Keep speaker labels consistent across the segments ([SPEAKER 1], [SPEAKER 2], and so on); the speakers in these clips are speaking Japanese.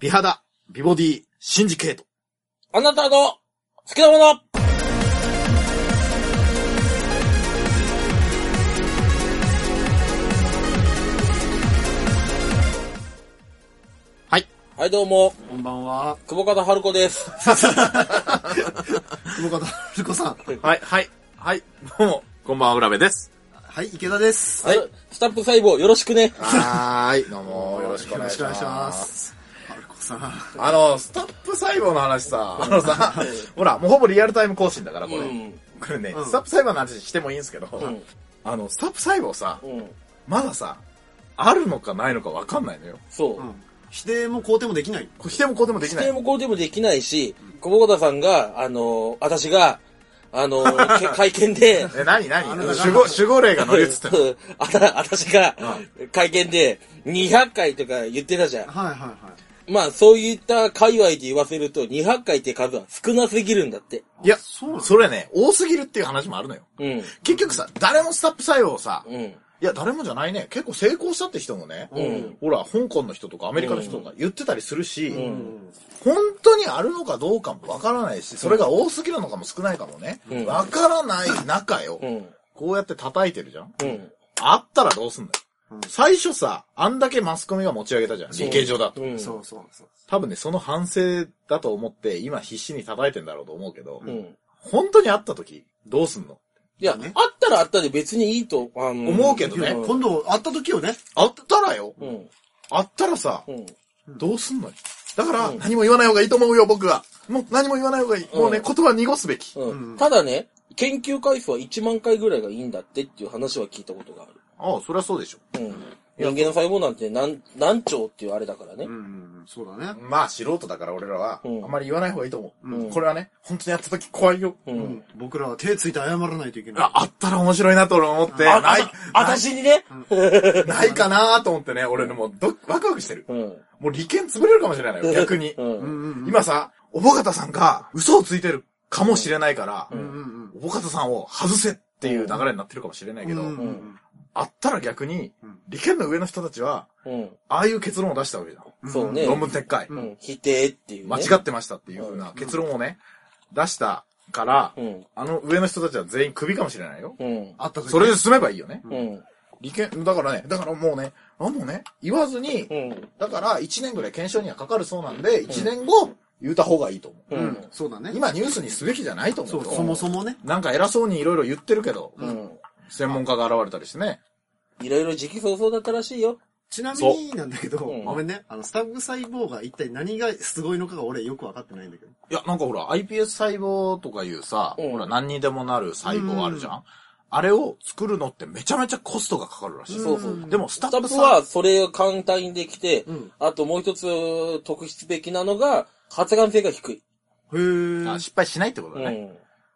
[SPEAKER 1] 美肌、美ボディ、シンジケート。
[SPEAKER 2] あなたの好きなもの
[SPEAKER 1] はい。
[SPEAKER 2] はい、どうも、
[SPEAKER 1] こんばんは。
[SPEAKER 2] 久保方春子です。
[SPEAKER 1] 久保田春子さん。
[SPEAKER 3] はい、はい、はい、どうも、こんばんは、浦部です。
[SPEAKER 1] はい、池田です。
[SPEAKER 2] はい、スタンプ細胞よろしくね。
[SPEAKER 3] はーい、どうも、 よろしくお願いし
[SPEAKER 1] よろしくお願いしま
[SPEAKER 3] ます。
[SPEAKER 1] す。春子さん。
[SPEAKER 3] あの、スタップ細胞の話さ、 あのさ、ほら、もうほぼリアルタイム更新だから、これ。
[SPEAKER 2] うん
[SPEAKER 3] これね、
[SPEAKER 1] うん
[SPEAKER 3] スタップ細胞の話してもいいんですけど、
[SPEAKER 2] うん。
[SPEAKER 3] あの、スタップ細胞さ、
[SPEAKER 2] うん。
[SPEAKER 3] まださ、あるのかないのかわかんないのよ。
[SPEAKER 2] そうう。
[SPEAKER 1] ん。否定も肯定もできない。
[SPEAKER 3] これ否定も肯定もでき
[SPEAKER 2] 否
[SPEAKER 3] な
[SPEAKER 2] 定
[SPEAKER 3] い。
[SPEAKER 2] も肯定もできないし、久保田さんが、あの、私が、あ の、け会見で、
[SPEAKER 3] え、なになに
[SPEAKER 1] あなたが
[SPEAKER 3] 守護、守護霊が乗り移ったの。
[SPEAKER 2] あた、私が、会見で、200回とか言ってたじゃん。
[SPEAKER 1] はいはいはい。
[SPEAKER 2] まあ、そういった界隈で言わせると、200回って数は少なすぎるんだって。
[SPEAKER 3] いや、
[SPEAKER 1] そうなの
[SPEAKER 3] それね、多すぎるっていう話もあるのよ。
[SPEAKER 2] うん。
[SPEAKER 3] 結局さ、誰もスタップ細胞をさ、
[SPEAKER 2] うん。
[SPEAKER 3] いや、誰もじゃないね。結構成功したって人もね、
[SPEAKER 2] うん
[SPEAKER 3] ほら、香港の人とかアメリカの人とか言ってたりするし、
[SPEAKER 1] うんん。
[SPEAKER 3] 本当にあるのかどうかもわからないし、それが多すぎるのかも少ないかもね
[SPEAKER 2] うん、
[SPEAKER 3] わ、からない中よ、
[SPEAKER 2] うん。
[SPEAKER 3] こうやって叩いてるじゃん
[SPEAKER 2] うん。
[SPEAKER 3] あったらどうすんだよ。
[SPEAKER 1] うん
[SPEAKER 3] 最初さ、あんだけマスコミが持ち上げたじゃん。
[SPEAKER 2] そう
[SPEAKER 3] 理系上だと。
[SPEAKER 2] うん。
[SPEAKER 1] そうそうそう。
[SPEAKER 3] 多分ね、その反省だと思って、今必死に叩いてんだろうと思うけど、
[SPEAKER 2] うん。
[SPEAKER 3] 本当にあった時、どうすんの
[SPEAKER 2] いや、
[SPEAKER 1] ね
[SPEAKER 2] あったらあったで別にいいと、あの
[SPEAKER 3] 思うけどね
[SPEAKER 1] いや今度会った時をね、
[SPEAKER 3] あったらよ、
[SPEAKER 2] うん。
[SPEAKER 3] あったらさ、
[SPEAKER 2] うん。
[SPEAKER 3] どうすんのよ。だから、
[SPEAKER 2] うん
[SPEAKER 3] 何も言わない方がいいと思うよ、僕は。もう何も言わない方がいい。
[SPEAKER 2] うん
[SPEAKER 3] もうね、言葉濁すべき。
[SPEAKER 2] うん。
[SPEAKER 1] うん
[SPEAKER 2] ただね、研究回数は1万回ぐらいがいいんだってっていう話は聞いたことがあ
[SPEAKER 3] ああ、そりゃそうでしょ。
[SPEAKER 2] る。うん。人間の細胞なんて何、何兆っていうあれだからね
[SPEAKER 1] う。ん、そうだね。
[SPEAKER 3] まあ、素人だから俺らは、
[SPEAKER 2] うん
[SPEAKER 3] あんまり言わない方がいいと思う。
[SPEAKER 2] うん
[SPEAKER 3] これはね、本当にやった時怖いよ。
[SPEAKER 2] う
[SPEAKER 1] うんん。僕らは手ついて謝らないといけない
[SPEAKER 3] あ。あったら面白いなと俺思って、
[SPEAKER 2] あ、
[SPEAKER 3] ない、
[SPEAKER 2] あ、私にね。
[SPEAKER 3] ないかなと思ってね、俺ね、もうど、ワクワクしてる。
[SPEAKER 2] うん。
[SPEAKER 3] もう利権潰れるかもしれないよ、逆に
[SPEAKER 2] う。。
[SPEAKER 1] うんんうんうん。
[SPEAKER 3] 今さ、おぼかたさんが嘘をついてるかもしれないから
[SPEAKER 1] う、んうん
[SPEAKER 3] おぼかたさんを外せっていう流れになってるかもしれない
[SPEAKER 1] うん。
[SPEAKER 3] けど、
[SPEAKER 1] うんうん
[SPEAKER 3] あったら逆に
[SPEAKER 1] うん、
[SPEAKER 3] 利権の上の人たちは、
[SPEAKER 2] うん。
[SPEAKER 3] ああいう結論を出したわけじゃん。
[SPEAKER 1] うん
[SPEAKER 2] そうね。
[SPEAKER 3] 論文撤回。
[SPEAKER 2] うん。否定っていうね。
[SPEAKER 3] 間違ってましたっていうふうな結論をね、出したから、
[SPEAKER 2] うん。
[SPEAKER 3] あの上の人たちは全員クビかもしれないよ。
[SPEAKER 2] うん。
[SPEAKER 1] 会った時
[SPEAKER 3] それで済めばいいよね。
[SPEAKER 2] うん。
[SPEAKER 3] 利権、だからね、だからもうね、あ、もうね、言わずに
[SPEAKER 2] う、ん。
[SPEAKER 3] だから1年ぐらい検証にはかかるそうなんで、1年後、言った方がいいと思う。
[SPEAKER 2] う
[SPEAKER 1] うんん。。そうだね。
[SPEAKER 3] 今ニュースにすべきじゃないと
[SPEAKER 1] そ
[SPEAKER 3] 思
[SPEAKER 1] う、
[SPEAKER 3] う
[SPEAKER 1] そもそもね。
[SPEAKER 3] なんか偉そうにいろいろ言ってるけど、
[SPEAKER 2] うん。
[SPEAKER 3] 専門家が現れたりしてね。
[SPEAKER 2] いろいろ時期早々だったらしいよ。
[SPEAKER 1] ちなみになんだけど、
[SPEAKER 2] うん
[SPEAKER 1] ごめんね、あの、スタッフ細胞が一体何がすごいのかが俺よくわかってないんだけど。
[SPEAKER 3] いや、なんかほら、iPS 細胞とかいうさ、
[SPEAKER 2] うん
[SPEAKER 3] ほら、何にでもなる細胞あるじゃん。あれを作るのってめちゃめちゃコストがかかるらしい。
[SPEAKER 2] そうそう。
[SPEAKER 3] でも、スタ
[SPEAKER 2] スタ
[SPEAKER 3] ッ
[SPEAKER 2] ッ
[SPEAKER 3] フ
[SPEAKER 2] フ
[SPEAKER 3] さん
[SPEAKER 2] はそれが簡単にできて、
[SPEAKER 1] うん
[SPEAKER 2] あともう一つ特筆べきなのが、発がん性が低い。
[SPEAKER 1] へー。
[SPEAKER 3] あ失敗しないってことだね。
[SPEAKER 2] ん。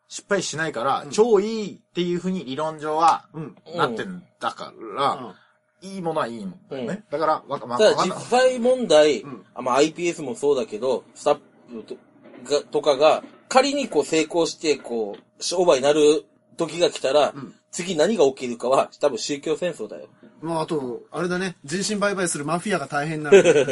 [SPEAKER 3] 失敗しないから、超いいっていうふうに理論上は、
[SPEAKER 1] うん。
[SPEAKER 3] なってんだから、いいものはいいんだよね。だから、わか、まあ、
[SPEAKER 2] た
[SPEAKER 3] わ
[SPEAKER 2] だ
[SPEAKER 3] かん
[SPEAKER 2] 実
[SPEAKER 3] ない。
[SPEAKER 2] 際問題、
[SPEAKER 1] うん
[SPEAKER 2] あまあ iPS もそうだけど、スタッフとがとかが、仮にこう成功して、こう、商売になる時が来たら、
[SPEAKER 1] ん
[SPEAKER 2] 次何が起きるかは、多分宗教戦争だよ。
[SPEAKER 1] まあ、あと、あれだね、人身売買するマフィアが大変なる。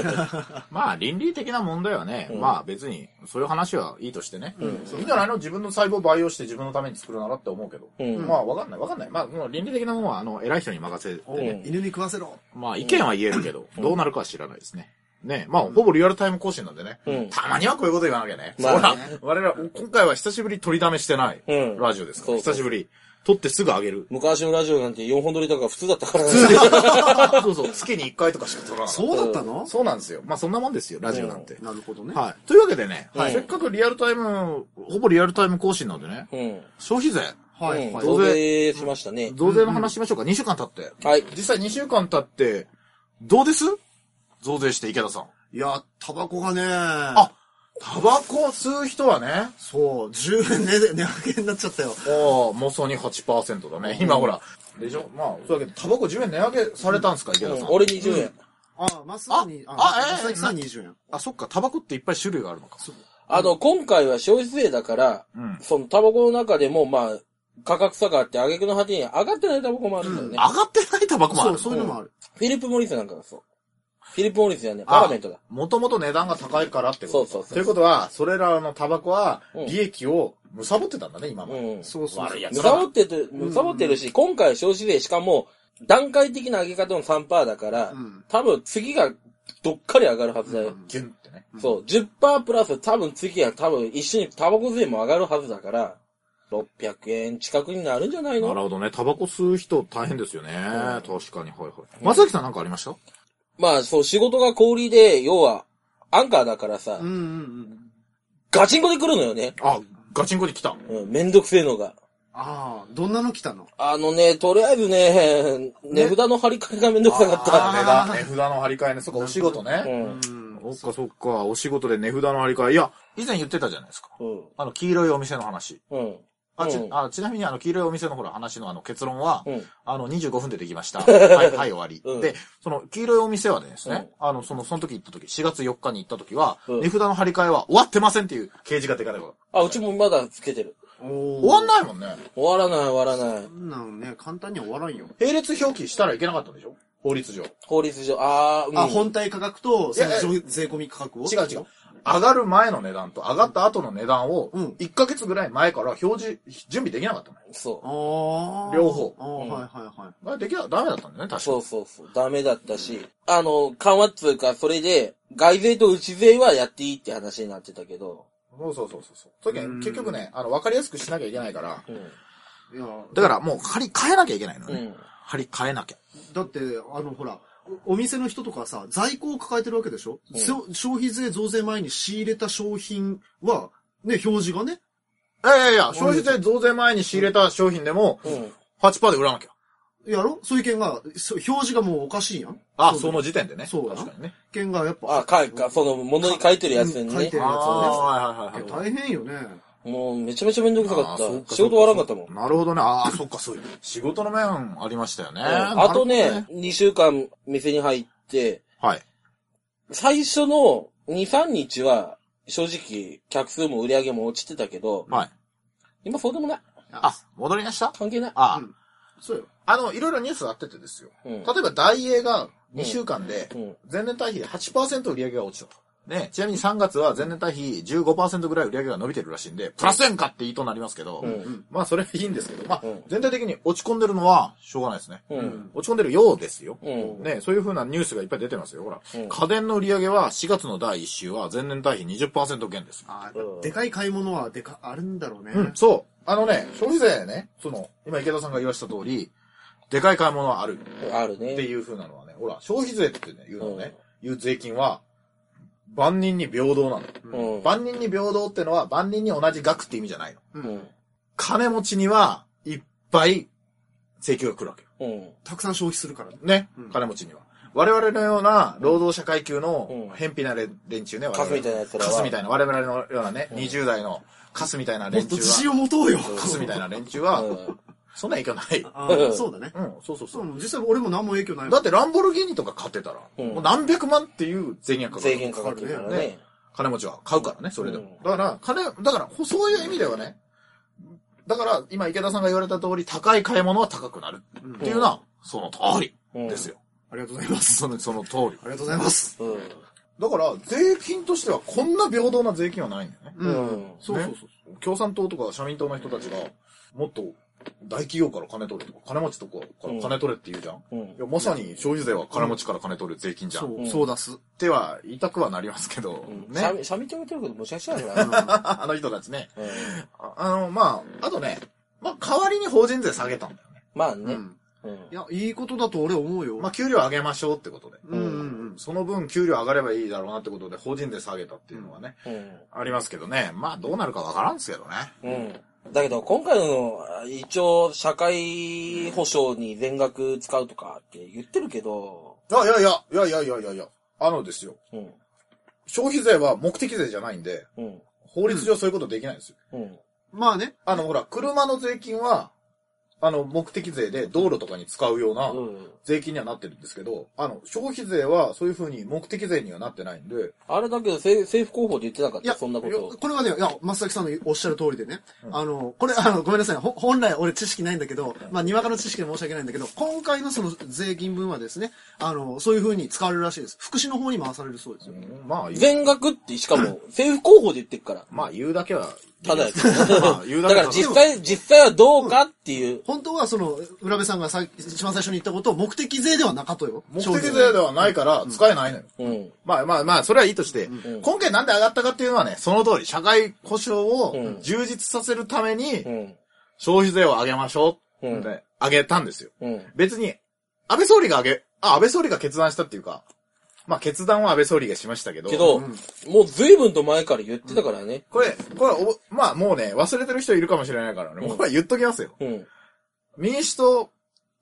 [SPEAKER 3] まあ、倫理的な問題はね、まあ別に、そういう話はいいとしてね。いいんじゃないの自分の細胞培養して自分のために作るならって思うけど。
[SPEAKER 2] うん
[SPEAKER 3] まあ、わかんない、わかんない。まあ、もう倫理的なものは、あの、偉い人に任せて
[SPEAKER 1] お
[SPEAKER 3] ね。
[SPEAKER 1] 犬に食わせろ。
[SPEAKER 3] まあ、意見は言えるけど、どうなるかは知らないですね。ねまあ、ほぼリアルタイム更新なんでね。
[SPEAKER 2] うん
[SPEAKER 3] たまにはこういうこと言わなきゃね。
[SPEAKER 2] まあね
[SPEAKER 3] ほら、我々、今回は久しぶりに取りだめしてない、
[SPEAKER 2] うん
[SPEAKER 3] ラジオですから、
[SPEAKER 2] そうそう
[SPEAKER 3] 久しぶり。撮ってすぐ上げ る。
[SPEAKER 2] 昔のラジオなんて4本撮りとかが普通だったからね。
[SPEAKER 3] そうそう、月に1回とかしか撮らない。
[SPEAKER 1] そうだったの
[SPEAKER 3] そうなんですよ。まあ、そんなもんですよ、ラジオなんて。
[SPEAKER 1] なるほどね。
[SPEAKER 3] はい。というわけでね、
[SPEAKER 2] はい
[SPEAKER 3] せっかくリアルタイム、ほぼリアルタイム更新なんでね、
[SPEAKER 2] うん。
[SPEAKER 3] 消費税、
[SPEAKER 1] はい。
[SPEAKER 2] うん
[SPEAKER 1] はい。
[SPEAKER 2] 増税しましたね。
[SPEAKER 3] 増税の話しましょうか、2週間経って。
[SPEAKER 2] はい。
[SPEAKER 3] 実際2週間経って、どうです増税して池田さん。
[SPEAKER 1] いや、タバコがね、
[SPEAKER 3] あ
[SPEAKER 1] あ、
[SPEAKER 3] タバコを吸う人はね、
[SPEAKER 1] そう、10円で値上げになっちゃったよ。
[SPEAKER 3] ああ、まさに8%だね。今ほら。でしょまあ、そうだけど、タバコ10円値上げされたんですか、池
[SPEAKER 2] う
[SPEAKER 3] 田
[SPEAKER 2] ん
[SPEAKER 3] さん。
[SPEAKER 2] 俺20円。
[SPEAKER 1] あ、まさに、
[SPEAKER 3] ああええ
[SPEAKER 1] まさにさん20円。
[SPEAKER 3] あ、そっか、タバコっていっぱい種類があるのか。
[SPEAKER 2] あの、今回は消費税だから、
[SPEAKER 3] うん
[SPEAKER 2] そのタバコの中でも、まあ、価格差があって、挙句の果てに上がってないタバコもあるんだよ
[SPEAKER 3] 上
[SPEAKER 2] ね。
[SPEAKER 3] がってないタバコもあ
[SPEAKER 1] そ
[SPEAKER 3] る
[SPEAKER 1] う、そういうのもある。
[SPEAKER 2] フィリップ・モリスなんかがそう。ィリップ・モリスじゃね、パーラメントだ。
[SPEAKER 3] もともと値段が高いからってこと
[SPEAKER 2] そうそうそう
[SPEAKER 3] ということは、それらのタバコは
[SPEAKER 2] うん、
[SPEAKER 3] 利益を貪ってたんだね、今ま
[SPEAKER 2] う
[SPEAKER 3] で。
[SPEAKER 2] ん
[SPEAKER 1] そうそう
[SPEAKER 3] 悪いや
[SPEAKER 2] む
[SPEAKER 3] つ
[SPEAKER 2] さ
[SPEAKER 3] だ
[SPEAKER 2] ぼ
[SPEAKER 3] な。
[SPEAKER 2] ってる、むさぼってるし、今回消費税しかも、段階的な上げ方の3%だから、
[SPEAKER 1] うん
[SPEAKER 2] 多分次がどっかり上がるはずだよ。
[SPEAKER 3] ギュンってね。
[SPEAKER 2] そう、10%プラス多分次は多分一緒にタバコ税も上がるはずだから、600円近くになるんじゃない
[SPEAKER 3] なる
[SPEAKER 2] の
[SPEAKER 3] ほどね。タバコ吸う人大変ですよね。確かに、はいはい。まさきさんなんかありました
[SPEAKER 2] まあそう、仕事が小売りで、要は、アンカーだからさ、
[SPEAKER 1] うんうんうん。
[SPEAKER 2] ガチンコで来るのよね。
[SPEAKER 3] あ、ガチンコで来 た。
[SPEAKER 2] うん、めんどくせえのが。
[SPEAKER 1] ああ、どんなの来たの
[SPEAKER 2] あのね、とりあえずね、値札の張り替えがめんどくさかった。
[SPEAKER 3] あー値段、値札の張り替えね。そっか、お仕事
[SPEAKER 2] う。
[SPEAKER 3] ね。
[SPEAKER 1] うんん。
[SPEAKER 3] そっかそっか、お仕事で値札の張り替え。いや、以前言ってたじゃないですか。
[SPEAKER 2] うん。
[SPEAKER 3] あの、黄色いお店の話。
[SPEAKER 2] うん。
[SPEAKER 3] あ、ち
[SPEAKER 2] うん、
[SPEAKER 3] あちなみにあの、黄色いお店のほら、話のあの、結論は、
[SPEAKER 2] うん。
[SPEAKER 3] あの、25分でできま した。はい、はい、終わり。
[SPEAKER 2] うん
[SPEAKER 3] で、その、黄色いお店はですね、あの、その、その時行った時、4月4日に行った時は、
[SPEAKER 2] うん
[SPEAKER 3] 値札の張り替えは終わってませんっていう掲示がでかれば。
[SPEAKER 2] あ、うちもまだつけてる。
[SPEAKER 1] お
[SPEAKER 3] 終わん
[SPEAKER 1] い
[SPEAKER 3] ないもんね。
[SPEAKER 2] 終わらない終わらない
[SPEAKER 1] そ。んなのね、簡単には終わらんよ。
[SPEAKER 3] 並列表記したらいけなかったんでしょ法律上。違
[SPEAKER 2] 法律上、あー、うん、
[SPEAKER 1] あ、本体価格と、その
[SPEAKER 3] いやい
[SPEAKER 1] 上税込み価格を
[SPEAKER 3] う違う。上がる前の値段と上がった後の値段を、
[SPEAKER 1] うん
[SPEAKER 3] 1ヶ月ぐらい前から表示、準備できなかったのよ。
[SPEAKER 2] そ
[SPEAKER 1] ああ。
[SPEAKER 3] 両方
[SPEAKER 1] ああ、は
[SPEAKER 2] う
[SPEAKER 1] い
[SPEAKER 2] ん
[SPEAKER 1] はいはい。
[SPEAKER 3] あれできな、ダメだったんだよね、
[SPEAKER 2] う。
[SPEAKER 3] 確か
[SPEAKER 2] そ
[SPEAKER 3] に
[SPEAKER 2] う。そうそう。ダメだったし、あの、緩和っつうか、それで、外税と内税はやっていいって話になってたけど、
[SPEAKER 3] そうそうそうそうそう。それけ
[SPEAKER 1] うん
[SPEAKER 3] 結局ね、あの、わかりやすくしなきゃいけないから、
[SPEAKER 2] うん。
[SPEAKER 1] いや、
[SPEAKER 3] だからもう張り替えなきゃいけないのよ
[SPEAKER 2] う
[SPEAKER 3] ね。
[SPEAKER 2] ん。
[SPEAKER 3] 張り替えなきゃ。
[SPEAKER 1] だって、あの、ほら、おお店の人とかさ、在庫を抱えてるわけでしょ、
[SPEAKER 2] ん
[SPEAKER 1] そ消費税増税前に仕入れた商品は、ね、表示がね。
[SPEAKER 3] いやいやいや、消費税増税前に仕入れた商品でも、
[SPEAKER 2] うん。
[SPEAKER 3] 8%で売らなきゃ。
[SPEAKER 1] やろそういう件が、そ表示がもうおかしいやん。
[SPEAKER 3] あ、
[SPEAKER 1] そう
[SPEAKER 3] その時点でね。
[SPEAKER 1] そうだな
[SPEAKER 3] 確かにね。
[SPEAKER 1] 件がやっぱ。
[SPEAKER 2] あ、書いか、その、物に書いてるやつに
[SPEAKER 1] うん書
[SPEAKER 2] ね
[SPEAKER 1] いて。るや
[SPEAKER 3] あーはいはい
[SPEAKER 1] つ
[SPEAKER 3] はいはい。
[SPEAKER 1] ね。大変よね。
[SPEAKER 2] もう、めちゃめちゃめんどくさかっ
[SPEAKER 3] あーそう
[SPEAKER 2] た。
[SPEAKER 3] か
[SPEAKER 2] 仕事終わらなかったもん。
[SPEAKER 3] なるほどね。ああ、そっか、そういう。仕事の面ありましたよね。
[SPEAKER 2] うんあと
[SPEAKER 3] なる
[SPEAKER 2] ね
[SPEAKER 3] ほ、
[SPEAKER 2] 2週間店に入って、
[SPEAKER 3] ど。はい。
[SPEAKER 2] 最初の2、3日は、正直、客数も売り上げも落ちてたけど、
[SPEAKER 3] はい。
[SPEAKER 2] 今そうでもない。
[SPEAKER 3] あ、戻りました
[SPEAKER 2] 関係ない。
[SPEAKER 3] あ
[SPEAKER 1] う、んそうよ。
[SPEAKER 3] あの、いろいろニュースあっててですよ。
[SPEAKER 2] うん
[SPEAKER 3] 例えば、ダイエーが2週間で
[SPEAKER 2] うんうん、
[SPEAKER 3] 前年対比で8%売り上げが落ちたと。ね、ちなみに3月は前年対比15%ぐらい売り上げが伸びてるらしいんで、プラス円かって言いとなりますけど、
[SPEAKER 2] うん
[SPEAKER 3] まあそれはいいんですけど、まあ
[SPEAKER 2] うん
[SPEAKER 3] 全体的に落ち込んでるのはしょうがないですね。
[SPEAKER 2] うん。
[SPEAKER 3] 落ち込んでるようですよ。
[SPEAKER 2] うん。
[SPEAKER 3] ね、そういう風なニュースがいっぱい出てますよ。ほら、
[SPEAKER 2] うん
[SPEAKER 3] 家電の売り上げは4月の第1週は前年対比20%減ですよ。
[SPEAKER 1] あ
[SPEAKER 2] うん
[SPEAKER 1] ーでかい買い物はでか、あるんだろうね。
[SPEAKER 3] うん、そう。あのね、消費税ね、その、今池田さんが言わした通り、でかい買い物はある。
[SPEAKER 2] あるね。
[SPEAKER 3] っていう風なのはね、ほら、消費税ってね、いうのね、いう税金は、万人に平等なの。
[SPEAKER 2] うん。
[SPEAKER 3] 万人に平等ってのは、万人に同じ額って意味じゃないの。
[SPEAKER 2] うん。
[SPEAKER 3] 金持ちには、いっぱい、請求が来るわけよ。
[SPEAKER 2] うん。
[SPEAKER 1] たくさん消費するからね。
[SPEAKER 3] ね
[SPEAKER 1] うん。
[SPEAKER 3] 金持ちには。我々のような、労働者階級
[SPEAKER 2] うん
[SPEAKER 3] の、偏僻なれ連中ね、我々
[SPEAKER 2] カスみたいな奴らは
[SPEAKER 3] カスみたいな、我々のようなね、20代の、カスみたいな
[SPEAKER 1] もっ
[SPEAKER 3] 連中
[SPEAKER 1] と自信
[SPEAKER 3] は、
[SPEAKER 1] を持とうよ。
[SPEAKER 3] カスみたいな連中は、そんな影響ない。
[SPEAKER 1] あーそうだね。
[SPEAKER 3] うん、そうそうそ
[SPEAKER 1] そ
[SPEAKER 3] うう。、
[SPEAKER 1] 実際俺も何も影響ないもん
[SPEAKER 3] だって、ランボルギーニとか買ってたら、
[SPEAKER 2] うん
[SPEAKER 3] もう何百万っていう税金がかかる。
[SPEAKER 2] 税金かかってるからね。
[SPEAKER 3] 金持ちは買うからね、それでも。
[SPEAKER 2] う
[SPEAKER 3] だから、金、だから、ほそういう意味ではね、だから、今池田さんが言われた通り、高い買い物は高くなるっていうのは、その通りですよ。
[SPEAKER 1] ありがとうございま す。
[SPEAKER 3] その、その通り
[SPEAKER 1] あ。りがとうございます。
[SPEAKER 2] うん。
[SPEAKER 3] だから、税金としてはこんな平等な税金はないんだよね。
[SPEAKER 1] う
[SPEAKER 2] うん
[SPEAKER 1] そうそうそう。
[SPEAKER 3] 共産党とか社民党の人たちが、もっと大企業から金取れとか、金持ちとかから金取れって言うじゃん。
[SPEAKER 2] うん
[SPEAKER 3] いや、まさに消費税は金持ちから金取る税金じゃん。
[SPEAKER 1] そ
[SPEAKER 3] っ
[SPEAKER 1] う、そうだす。
[SPEAKER 3] ては、言いたくはなりますけど、
[SPEAKER 2] うん。シャ
[SPEAKER 3] ね。
[SPEAKER 2] ミ、シャミちゃんが言ってることむちゃくちゃだからな。
[SPEAKER 3] あの人たちね。
[SPEAKER 2] うん。
[SPEAKER 3] ああの、まあ、あとね、まあ、代わりに法人税下げたんだよね。
[SPEAKER 2] まあ
[SPEAKER 1] う
[SPEAKER 2] ね。
[SPEAKER 1] ん。
[SPEAKER 2] うん
[SPEAKER 1] い。や、いいことだと俺思うよ。
[SPEAKER 3] まあ、給料上げましょうってことで。
[SPEAKER 1] うんうん
[SPEAKER 3] その分給料上がればいいだろうなってことで法人税下げたっていうのはね、
[SPEAKER 2] うん。
[SPEAKER 3] ありますけどね。まあ、どうなるかわからんですけどね。
[SPEAKER 2] うん。だけど、今回の、あ一応、社会保障に全額使うとかって言ってるけど、
[SPEAKER 3] いやいやいや、いやいやいやいやいや、あのですよ。
[SPEAKER 2] うん。
[SPEAKER 3] 消費税は目的税じゃないんで、
[SPEAKER 2] うん。
[SPEAKER 3] 法律上そういうことできないんですよ。
[SPEAKER 2] うん。
[SPEAKER 1] まあね。
[SPEAKER 3] あの、ほら、車の税金は、あの、目的税で道路とかに使うような
[SPEAKER 2] うん。
[SPEAKER 3] 税金にはなってるんですけど、あの、消費税はそういう風に目的税にはなってないんで、
[SPEAKER 2] あれだけど、せ政府広報で言ってなかっ
[SPEAKER 1] いや、
[SPEAKER 2] た、そんなこ
[SPEAKER 1] いや
[SPEAKER 2] と。
[SPEAKER 1] これはね、いや、松崎さんのおっしゃる通りでね、あの、これ、あの、ごめんなさい、ほ本来俺知識ないんだけど、まあ、にわかの知識で申し訳ないんだけど、今回のその税金分はですね、あの、そういう風に使われるらしいです。福祉の方に回されるそうですよ。
[SPEAKER 3] うんまあ、言う
[SPEAKER 2] 全額って、しかも、政府広報で言ってるから。
[SPEAKER 3] まあ言うだけは、
[SPEAKER 2] ただやけ
[SPEAKER 3] まあ 言
[SPEAKER 2] ど。
[SPEAKER 3] うだ
[SPEAKER 2] だ
[SPEAKER 3] けだ
[SPEAKER 2] から実際、実際はどうかっていう。
[SPEAKER 1] 本当はその、浦部さんがさ一番最初に言ったことを目的税ではなかとよ。
[SPEAKER 3] 目的税ではないから使えないのよ。
[SPEAKER 2] うん。
[SPEAKER 3] まあまあまあ、それはいいとして、今回なんで上がったかっていうのはね、その通り、社会保障を充実させるために
[SPEAKER 2] う、ん。
[SPEAKER 3] 消費税を上げましょう
[SPEAKER 2] うん
[SPEAKER 3] って、上げたんですよ。
[SPEAKER 2] うん。
[SPEAKER 3] 別に、安倍総理が上げ、あ、安倍総理が決断したっていうか、まあ決断は安倍総理がしましたけど、
[SPEAKER 2] けど、もう随分と前から言ってたからね。
[SPEAKER 3] これ、これお、まあもうね、忘れてる人いるかもしれないからね、
[SPEAKER 2] うん
[SPEAKER 3] これは言っときますよ。
[SPEAKER 2] うん。
[SPEAKER 3] 民主党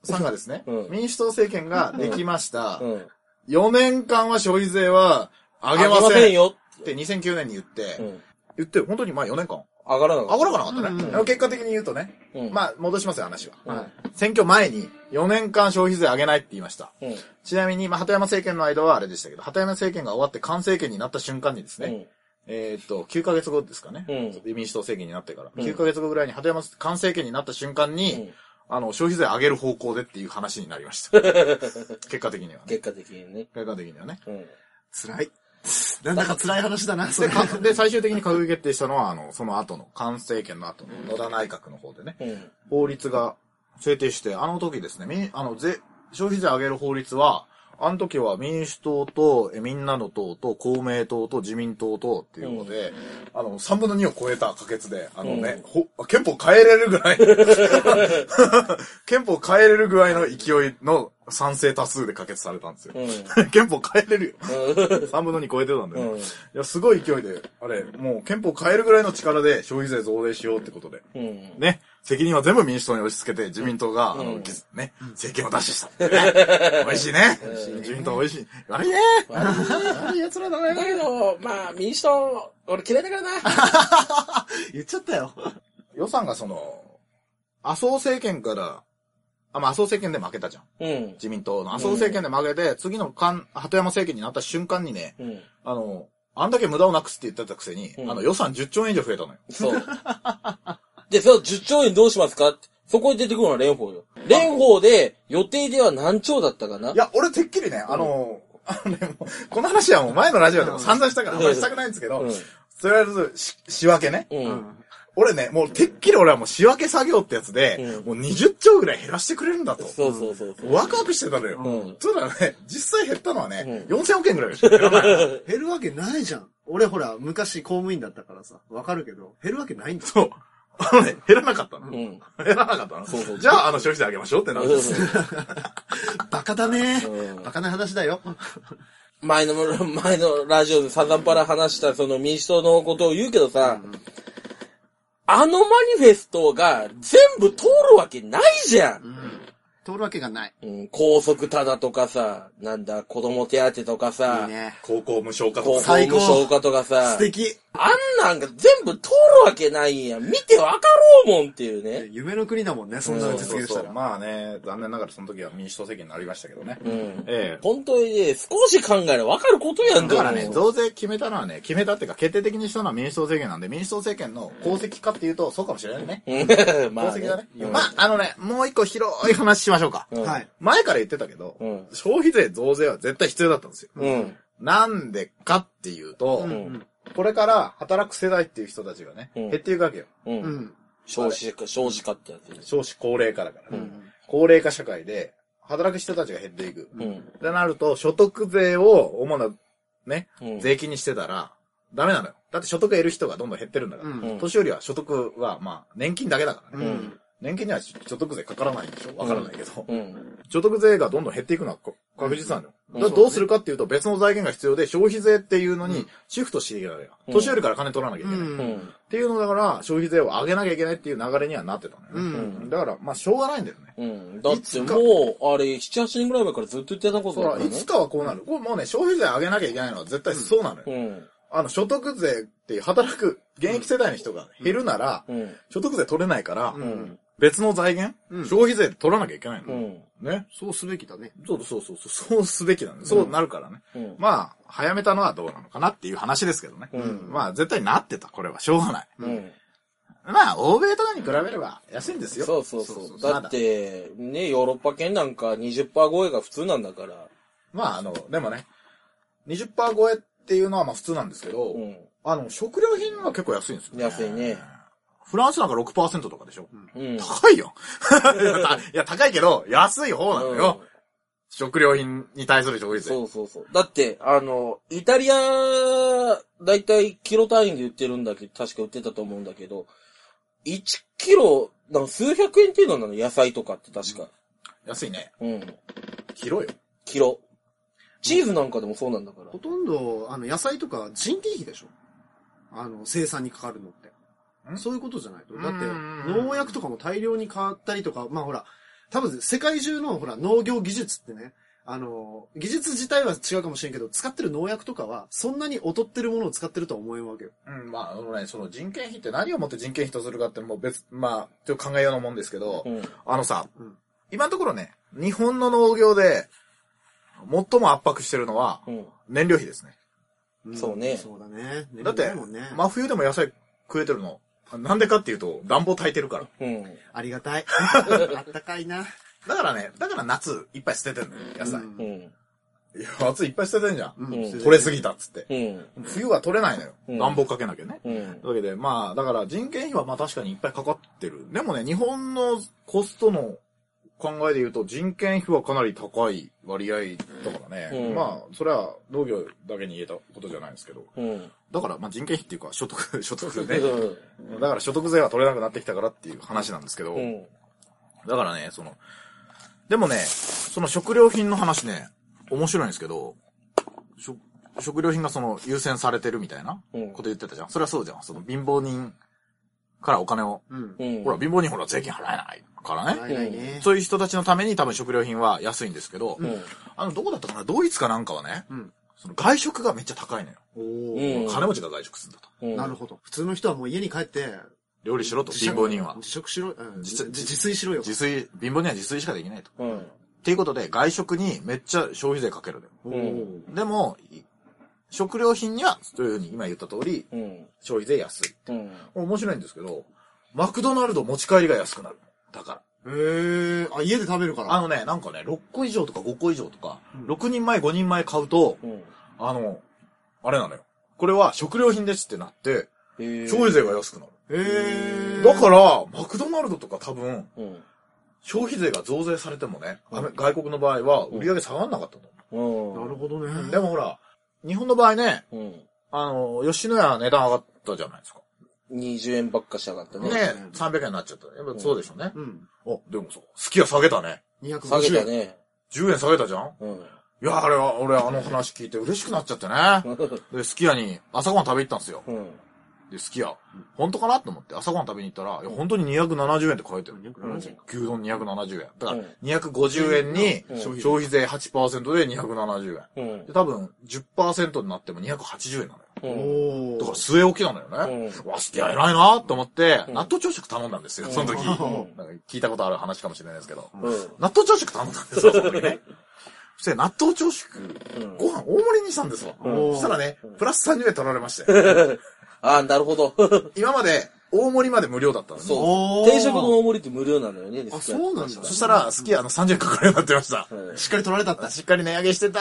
[SPEAKER 3] さんがですね、
[SPEAKER 2] うん
[SPEAKER 3] 民主党政権ができました。
[SPEAKER 2] うん。
[SPEAKER 3] 4年間は消費税は上げま
[SPEAKER 2] 上げま
[SPEAKER 3] せ
[SPEAKER 2] せ
[SPEAKER 3] ん
[SPEAKER 2] ん
[SPEAKER 3] よ
[SPEAKER 2] よ。
[SPEAKER 3] って2009年に言って、
[SPEAKER 2] うん。
[SPEAKER 3] 言って、本当にまあ4年間。
[SPEAKER 2] 上がらなか
[SPEAKER 3] 上
[SPEAKER 2] っ
[SPEAKER 3] がらなかったね。
[SPEAKER 1] うん
[SPEAKER 3] あの結果的に言うとね、
[SPEAKER 2] た。うん。
[SPEAKER 3] まあ戻しますよ、話は。
[SPEAKER 1] は
[SPEAKER 3] 選挙前に4年間消費税上げないって言いました。
[SPEAKER 2] うん。
[SPEAKER 3] ちなみに、まあ、鳩山政権の間はあれでしたけど、鳩山政権が終わって菅政権になった瞬間にですね、
[SPEAKER 2] うん。
[SPEAKER 3] えーっと、9ヶ月後ですかね、
[SPEAKER 2] う
[SPEAKER 3] 民主党政権になってから、
[SPEAKER 2] うん
[SPEAKER 3] 9ヶ月後ぐらいに鳩山菅政権になった瞬間に、
[SPEAKER 2] うん
[SPEAKER 3] あの、消費税上げる方向でっていう話になりま した。結果的にはね。
[SPEAKER 2] 結果的にね。
[SPEAKER 3] 結果的にはね。
[SPEAKER 2] うん。
[SPEAKER 1] 辛い。なんだか辛い話だな、そ
[SPEAKER 3] で、
[SPEAKER 1] れ。
[SPEAKER 3] かで最終的に閣議決定したのは、あの、その後の、菅政権の後の野田内閣の方でね、
[SPEAKER 2] うん。
[SPEAKER 3] 法律が制定して、あの時ですね、みあの、ぜ、消費税上げる法律は、あの時は民主党と、えみんなの党と、公明党と、自民党と、っていうので、あの、3分の2を超えた可決で、あのね、ほ憲法変えれるぐらい、 憲法変えれるぐらいの勢いの賛成多数で可決されたんですよ。
[SPEAKER 2] う ん。
[SPEAKER 3] 憲法変えれるよ。3分の2超えてた んだよね。
[SPEAKER 2] うん
[SPEAKER 3] いや、すごい勢いで、あれ、もう憲法変えるぐらいの力で消費税増税しようってことで。
[SPEAKER 2] うん。
[SPEAKER 3] ね、責任は全部民主党に押し付けて、自民党が、あ
[SPEAKER 2] う
[SPEAKER 3] の、
[SPEAKER 2] ん
[SPEAKER 3] ぎね、政権を奪取した。ね美味しいね。自民党美味しい。悪いね。悪い奴らだ
[SPEAKER 2] だ
[SPEAKER 3] ね。
[SPEAKER 2] けど、まあ、民主党、俺嫌いだからな。
[SPEAKER 1] 言っちゃったよ。
[SPEAKER 3] 予算がその、麻生政権から、あ、まあ、麻生政権で負けたじゃん。
[SPEAKER 2] うん。
[SPEAKER 3] 自民党の麻生政権で負けて、次の菅鳩山政権になった瞬間にね、
[SPEAKER 2] うん。
[SPEAKER 3] あの、あんだけ無駄をなくすって言ってたくせに、
[SPEAKER 2] うん
[SPEAKER 3] あの、予算10兆円以上増えたのよ。
[SPEAKER 2] そう。で、その10兆円どうしますかってそこに出てくるのは蓮舫よ。蓮舫で、予定では何兆だったかない
[SPEAKER 3] や、俺てっきりね、あの、あのねもうこの話はもう前のラジオでも散々したから、あんまりしたくないんですけど、
[SPEAKER 2] うん
[SPEAKER 3] とりあえずし、仕分けね。
[SPEAKER 2] う。
[SPEAKER 1] うんん。
[SPEAKER 3] 俺ね、もうてっきり俺はもう仕分け作業ってやつで、
[SPEAKER 2] うん
[SPEAKER 3] もう20兆ぐらい減らしてくれるんだと。
[SPEAKER 2] そうそうそうそう。
[SPEAKER 3] ワクワクしてたのよ。
[SPEAKER 2] うん
[SPEAKER 3] そうだね、実際減ったのはね、
[SPEAKER 2] う
[SPEAKER 3] 4000億円ぐらいでしょ。減らない
[SPEAKER 1] 減るわけないじゃん。俺ほら、昔公務員だったからさ、わかるけど、減るわけないんだよ。
[SPEAKER 3] そう。あのね、減らなかったの。
[SPEAKER 2] うん。
[SPEAKER 3] 減らなかったの。
[SPEAKER 2] そうそう
[SPEAKER 3] じゃあ、あの消費税上げましょうってなるんですよ。
[SPEAKER 1] バカだね
[SPEAKER 2] うん。
[SPEAKER 1] バカな話だよ。
[SPEAKER 2] 前の、 前のラジオで散々パラ話したその民主党のことを言うけどさ、あのマニフェストが全部通るわけないじゃん。
[SPEAKER 1] 通るわけがない。
[SPEAKER 2] うん、高速ただとかさ、なんだ、子供手当とか
[SPEAKER 1] い
[SPEAKER 2] さ
[SPEAKER 1] い、ね。
[SPEAKER 3] 高校無償化とか
[SPEAKER 2] 高校
[SPEAKER 3] さ。
[SPEAKER 1] 最
[SPEAKER 2] 無
[SPEAKER 1] 高
[SPEAKER 2] 償化とかさ
[SPEAKER 1] 素、敵。
[SPEAKER 2] あんなんが全部通るわけないやん。見てわかろうもんっていうね。
[SPEAKER 1] 夢の国だもんね、そんなの実
[SPEAKER 3] そう
[SPEAKER 1] 現し
[SPEAKER 3] そ
[SPEAKER 1] た
[SPEAKER 3] う
[SPEAKER 1] ら。
[SPEAKER 3] まあね、残念ながらその時は民主党政権になりましたけどね。
[SPEAKER 2] うん。
[SPEAKER 3] ええ。
[SPEAKER 2] 本当にね、少し考えればわかることや
[SPEAKER 3] だ
[SPEAKER 2] んと
[SPEAKER 3] か
[SPEAKER 2] 思
[SPEAKER 3] ら
[SPEAKER 2] う
[SPEAKER 3] ね、増税決めたのはね、決めたっていうか、決定的にしたのは民主党政権なんで、民主党政権の功績かっていうと、そうかもしれないね。
[SPEAKER 2] うん ま
[SPEAKER 3] 功
[SPEAKER 2] あね
[SPEAKER 3] 績だね。
[SPEAKER 2] うん
[SPEAKER 3] まあ、あのね、もう一個広い話しましょうか。
[SPEAKER 2] うん
[SPEAKER 1] はい。
[SPEAKER 3] 前から言ってたけど、
[SPEAKER 2] うん
[SPEAKER 3] 消費税増税は絶対必要だったんですよ。
[SPEAKER 2] うん。
[SPEAKER 3] なんでかっていうと、
[SPEAKER 1] うんん。
[SPEAKER 3] これから働く世代っていう人たちがね、
[SPEAKER 2] うん
[SPEAKER 3] 減っていくわけよ。
[SPEAKER 2] う。
[SPEAKER 1] うんん。
[SPEAKER 2] 少子化、少子化ってやつです。
[SPEAKER 3] 少子高齢化だから、ね
[SPEAKER 2] うん
[SPEAKER 3] 高齢化社会で、働く人たちが減っていく。
[SPEAKER 2] う
[SPEAKER 3] っ
[SPEAKER 2] ん。
[SPEAKER 3] てなると、所得税を主なね、
[SPEAKER 2] うん
[SPEAKER 3] 税金にしてたら、ダメなのよ。だって所得得る人がどんどん減ってるんだから。
[SPEAKER 1] うん
[SPEAKER 3] 年寄りは所得は、まあ、年金だけだからね。
[SPEAKER 1] うん。
[SPEAKER 3] 年金には所得税かからないんでしょわからないけど。
[SPEAKER 2] うん。
[SPEAKER 3] 所得税がどんどん減っていくのはこ確実なんだよ。
[SPEAKER 2] うん
[SPEAKER 3] だからどうするかっていうと別の財源が必要で消費税っていうのにシフトしていけないよ。
[SPEAKER 2] うん
[SPEAKER 3] 年寄りから金取らなきゃいけ
[SPEAKER 1] う
[SPEAKER 3] ない。っ
[SPEAKER 1] ん。
[SPEAKER 3] ていうのだから消費税を上げなきゃいけないっていう流れにはなってたの
[SPEAKER 1] う
[SPEAKER 3] よね。
[SPEAKER 1] ん。
[SPEAKER 3] だから、まあしょうがないんだよね。
[SPEAKER 2] うん。だっ
[SPEAKER 3] い
[SPEAKER 2] て
[SPEAKER 3] つか
[SPEAKER 2] もう、あれ、7、8年ぐらい前からずっと言ってたこ
[SPEAKER 3] そ、
[SPEAKER 2] とだからら
[SPEAKER 3] い
[SPEAKER 2] ね
[SPEAKER 3] つ。かはこうなる。これもうね、消費税上げなきゃいけないのは絶対そうなのよ。
[SPEAKER 2] うん。
[SPEAKER 3] あの、所得税っていう働く現役世代の人が減るなら、
[SPEAKER 2] うん。
[SPEAKER 3] 所得税取れないから、
[SPEAKER 1] うん
[SPEAKER 3] 別の財源、
[SPEAKER 1] うん
[SPEAKER 3] 消費税で取らなきゃいけないの。
[SPEAKER 2] うん。
[SPEAKER 3] ね。
[SPEAKER 1] そうすべきだね。
[SPEAKER 3] そうそうそうそう、そうすべきなんで、そうなるからね。
[SPEAKER 2] うん。
[SPEAKER 3] まあ、早めたのはどうなのかなっていう話ですけどね。
[SPEAKER 2] うん
[SPEAKER 3] まあ、絶対なってた、これは。しょうがない。
[SPEAKER 2] うん。
[SPEAKER 3] まあ、欧米とかに比べれば安いんですよ。
[SPEAKER 2] そうそうそ
[SPEAKER 3] そうそう
[SPEAKER 2] う。
[SPEAKER 3] そう
[SPEAKER 2] だって、ね、ヨーロッパ圏なんか20%超えが普通なんだから。
[SPEAKER 3] まあ、あの、でもね、20%超えっていうのはまあ普通なんですけど、
[SPEAKER 2] うん。
[SPEAKER 3] あの、食料品は結構安いんですよ、
[SPEAKER 2] 安いね。
[SPEAKER 3] フランスなんか6%とかでしょ、
[SPEAKER 2] うん。
[SPEAKER 3] 高いよ。 いやたいや、高いけど、安い方なのよ。
[SPEAKER 2] うん
[SPEAKER 3] 食料品に対する消費税。
[SPEAKER 2] そうそうそう。だって、あの、イタリア、だいたいキロ単位で売ってるんだけど、確か売ってたと思うんだけど、1キロ、なんか数百円程度なの、野菜とかって確か。
[SPEAKER 3] 安いね。
[SPEAKER 2] うん。
[SPEAKER 3] 切ろうよ。
[SPEAKER 2] キロ。チーズなんかでもそうなんだから
[SPEAKER 1] ほ。とんど、あの、野菜とか人件費でしょあの、生産にかかるのって。
[SPEAKER 3] ん
[SPEAKER 1] そういうことじゃないと。だって
[SPEAKER 3] う、ん
[SPEAKER 1] 農薬とかも大量に変わったりとか、まあほら、多分世界中のほら、農業技術ってね、あの、技術自体は違うかもしれんけど、使ってる農薬とかは、そんなに劣ってるものを使ってるとは思えんわけよ。
[SPEAKER 3] うん、まあ、あのね、その人件費って何をもって人件費とするかってもう別、まあ、ちょっと考えようなもんですけど、
[SPEAKER 2] うん。
[SPEAKER 3] あのさ、
[SPEAKER 1] うん
[SPEAKER 3] 今のところね、日本の農業で、最も圧迫してるのは、
[SPEAKER 2] うん。
[SPEAKER 3] 燃料費ですね。
[SPEAKER 1] ん
[SPEAKER 2] そうね
[SPEAKER 1] そうだね。
[SPEAKER 3] だって
[SPEAKER 1] 眠いもんね、
[SPEAKER 3] 真冬でも野菜食えてるの。なんでかっていうと、暖房炊いてるから。
[SPEAKER 2] うん。
[SPEAKER 1] あり がたい。あったかいな。
[SPEAKER 3] だからね、だから夏いっぱい捨ててんのよ、野菜。
[SPEAKER 1] うん
[SPEAKER 2] うん。
[SPEAKER 3] いや、夏いっぱい捨ててんじゃん。
[SPEAKER 1] うん
[SPEAKER 2] うん
[SPEAKER 3] 取れすぎたっつって。
[SPEAKER 2] うん。
[SPEAKER 3] 冬は取れないのよ。
[SPEAKER 2] うん
[SPEAKER 3] 暖房かけなきゃね。
[SPEAKER 2] う
[SPEAKER 3] とい
[SPEAKER 2] ん。
[SPEAKER 3] うわけで、まあ、だから人件費はまあ確かにいっぱいかかってる。でもね、日本のコストの考えで言うと人件費はかなり高い割合だからね。
[SPEAKER 2] うん
[SPEAKER 3] まあ、それは農業だけに言えたことじゃないですけど。
[SPEAKER 2] うん。
[SPEAKER 3] だから、まあ人件費っていう か所得、所得ね。
[SPEAKER 2] うん
[SPEAKER 3] だから所得税は取れなくなってきたからっていう話なんですけど、
[SPEAKER 2] うん。
[SPEAKER 3] だからね、その、でもね、その食料品の話ね、面白いんですけど、食食料品がその優先されてるみたいな
[SPEAKER 2] うん
[SPEAKER 3] こと言ってたじゃん。それはそうじゃん。その貧乏人からお金を、
[SPEAKER 1] うん。
[SPEAKER 2] うん。
[SPEAKER 3] ほら、貧乏人ほら税金払えないからね。
[SPEAKER 1] ないないね。
[SPEAKER 3] そういう人たちのために多分食料品は安いんですけど、
[SPEAKER 2] うん。
[SPEAKER 3] あの、どこだったかなドイツかなんかはね、
[SPEAKER 1] うん。
[SPEAKER 3] その外食がめっちゃ高いのよ。
[SPEAKER 1] お
[SPEAKER 2] う
[SPEAKER 1] ー
[SPEAKER 2] ん
[SPEAKER 3] 金持ちが外食するんだと。
[SPEAKER 2] うん。
[SPEAKER 1] なるほど。普通の人はもう家に帰って、
[SPEAKER 3] 料理しろと、貧乏人は。
[SPEAKER 1] 自食しろ、うん、
[SPEAKER 3] 自
[SPEAKER 1] 自自炊しろよ。
[SPEAKER 3] 自炊、貧乏人は自炊しかできないと。
[SPEAKER 2] うん。
[SPEAKER 3] っていうことで、外食にめっちゃ消費税かけるのよ。
[SPEAKER 1] お
[SPEAKER 2] うん
[SPEAKER 1] ー
[SPEAKER 3] でも、い食料品には、というふうに今言った通り、
[SPEAKER 2] うん。
[SPEAKER 3] 消費税安い。
[SPEAKER 2] うん。
[SPEAKER 3] 面白いんですけど、マクドナルド持ち帰りが安くなる。だから。
[SPEAKER 1] へえー、あ、家で食べるから。
[SPEAKER 3] あのね、なんかね、6個以上とか5個以上とか、
[SPEAKER 1] うん
[SPEAKER 3] 6人前5人前買うと、
[SPEAKER 2] うん。
[SPEAKER 3] あの、あれなのよ。これは食料品ですってなって、
[SPEAKER 2] えー
[SPEAKER 3] 消費税が安くなる。
[SPEAKER 1] へえー。
[SPEAKER 3] だから、マクドナルドとか多分、
[SPEAKER 2] うん。
[SPEAKER 3] 消費税が増税されてもね、
[SPEAKER 1] うん
[SPEAKER 3] アメ外国の場合は売り上げ下がんなかったと思
[SPEAKER 2] うん。
[SPEAKER 1] なるほどね。
[SPEAKER 3] う。でもほら、日本の場合ね、
[SPEAKER 2] うん。
[SPEAKER 3] あの、吉野家は値段上がったじゃないですか。
[SPEAKER 2] 20円ばっかしやがったね。
[SPEAKER 3] ね、300円になっちゃった。やっぱそうでしょうね。
[SPEAKER 1] うん。
[SPEAKER 3] あ、でもさ、好きは下げたね。
[SPEAKER 2] 下げ
[SPEAKER 1] 250
[SPEAKER 2] た
[SPEAKER 1] 円。
[SPEAKER 2] ね。
[SPEAKER 3] 10円下げたじゃん
[SPEAKER 2] うん。
[SPEAKER 3] いや、あれは、俺、あの話聞いて嬉しくなっちゃってね。で、すき家に朝ごはん食べに行ったんですよ。
[SPEAKER 2] うん。
[SPEAKER 3] で、すき家、本当かなと思って朝ごはん食べに行ったら、いや、本当に270円って書いてる。
[SPEAKER 1] 270円か。
[SPEAKER 3] 牛丼270円。だから
[SPEAKER 2] うん、
[SPEAKER 3] 250円に
[SPEAKER 2] うん
[SPEAKER 3] 消費税8%で270円。
[SPEAKER 2] うん
[SPEAKER 3] で、。多分、10%になっても280円なのよ。
[SPEAKER 2] う
[SPEAKER 1] お
[SPEAKER 2] ん。
[SPEAKER 1] ー
[SPEAKER 3] だから、据え置きなのよね。うわ、すき家偉いなと思って、
[SPEAKER 2] うん
[SPEAKER 3] 納豆朝食頼んだんですよ、その時。
[SPEAKER 1] うん
[SPEAKER 3] なんか聞いたことある話かもしれないですけど。
[SPEAKER 2] うん。
[SPEAKER 3] 納豆朝食頼んだん ですよ、その時ね。そして納豆朝食、
[SPEAKER 2] うん。
[SPEAKER 3] ご飯大盛りにしたんですわ。
[SPEAKER 1] うん
[SPEAKER 3] そしたらね、プラス30円取られましたよ。
[SPEAKER 2] ああ、なるほど。
[SPEAKER 3] 今まで大盛りまで無料だったのに。そ
[SPEAKER 2] そ
[SPEAKER 1] お
[SPEAKER 2] う。
[SPEAKER 1] ー
[SPEAKER 2] 定食の大盛りって無料なのよね。
[SPEAKER 1] あ、そうなんだ。
[SPEAKER 3] したら、すき家の30円かかるようになってました。
[SPEAKER 2] うん
[SPEAKER 1] しっかり取られたった。
[SPEAKER 3] しっかり値上げしてた。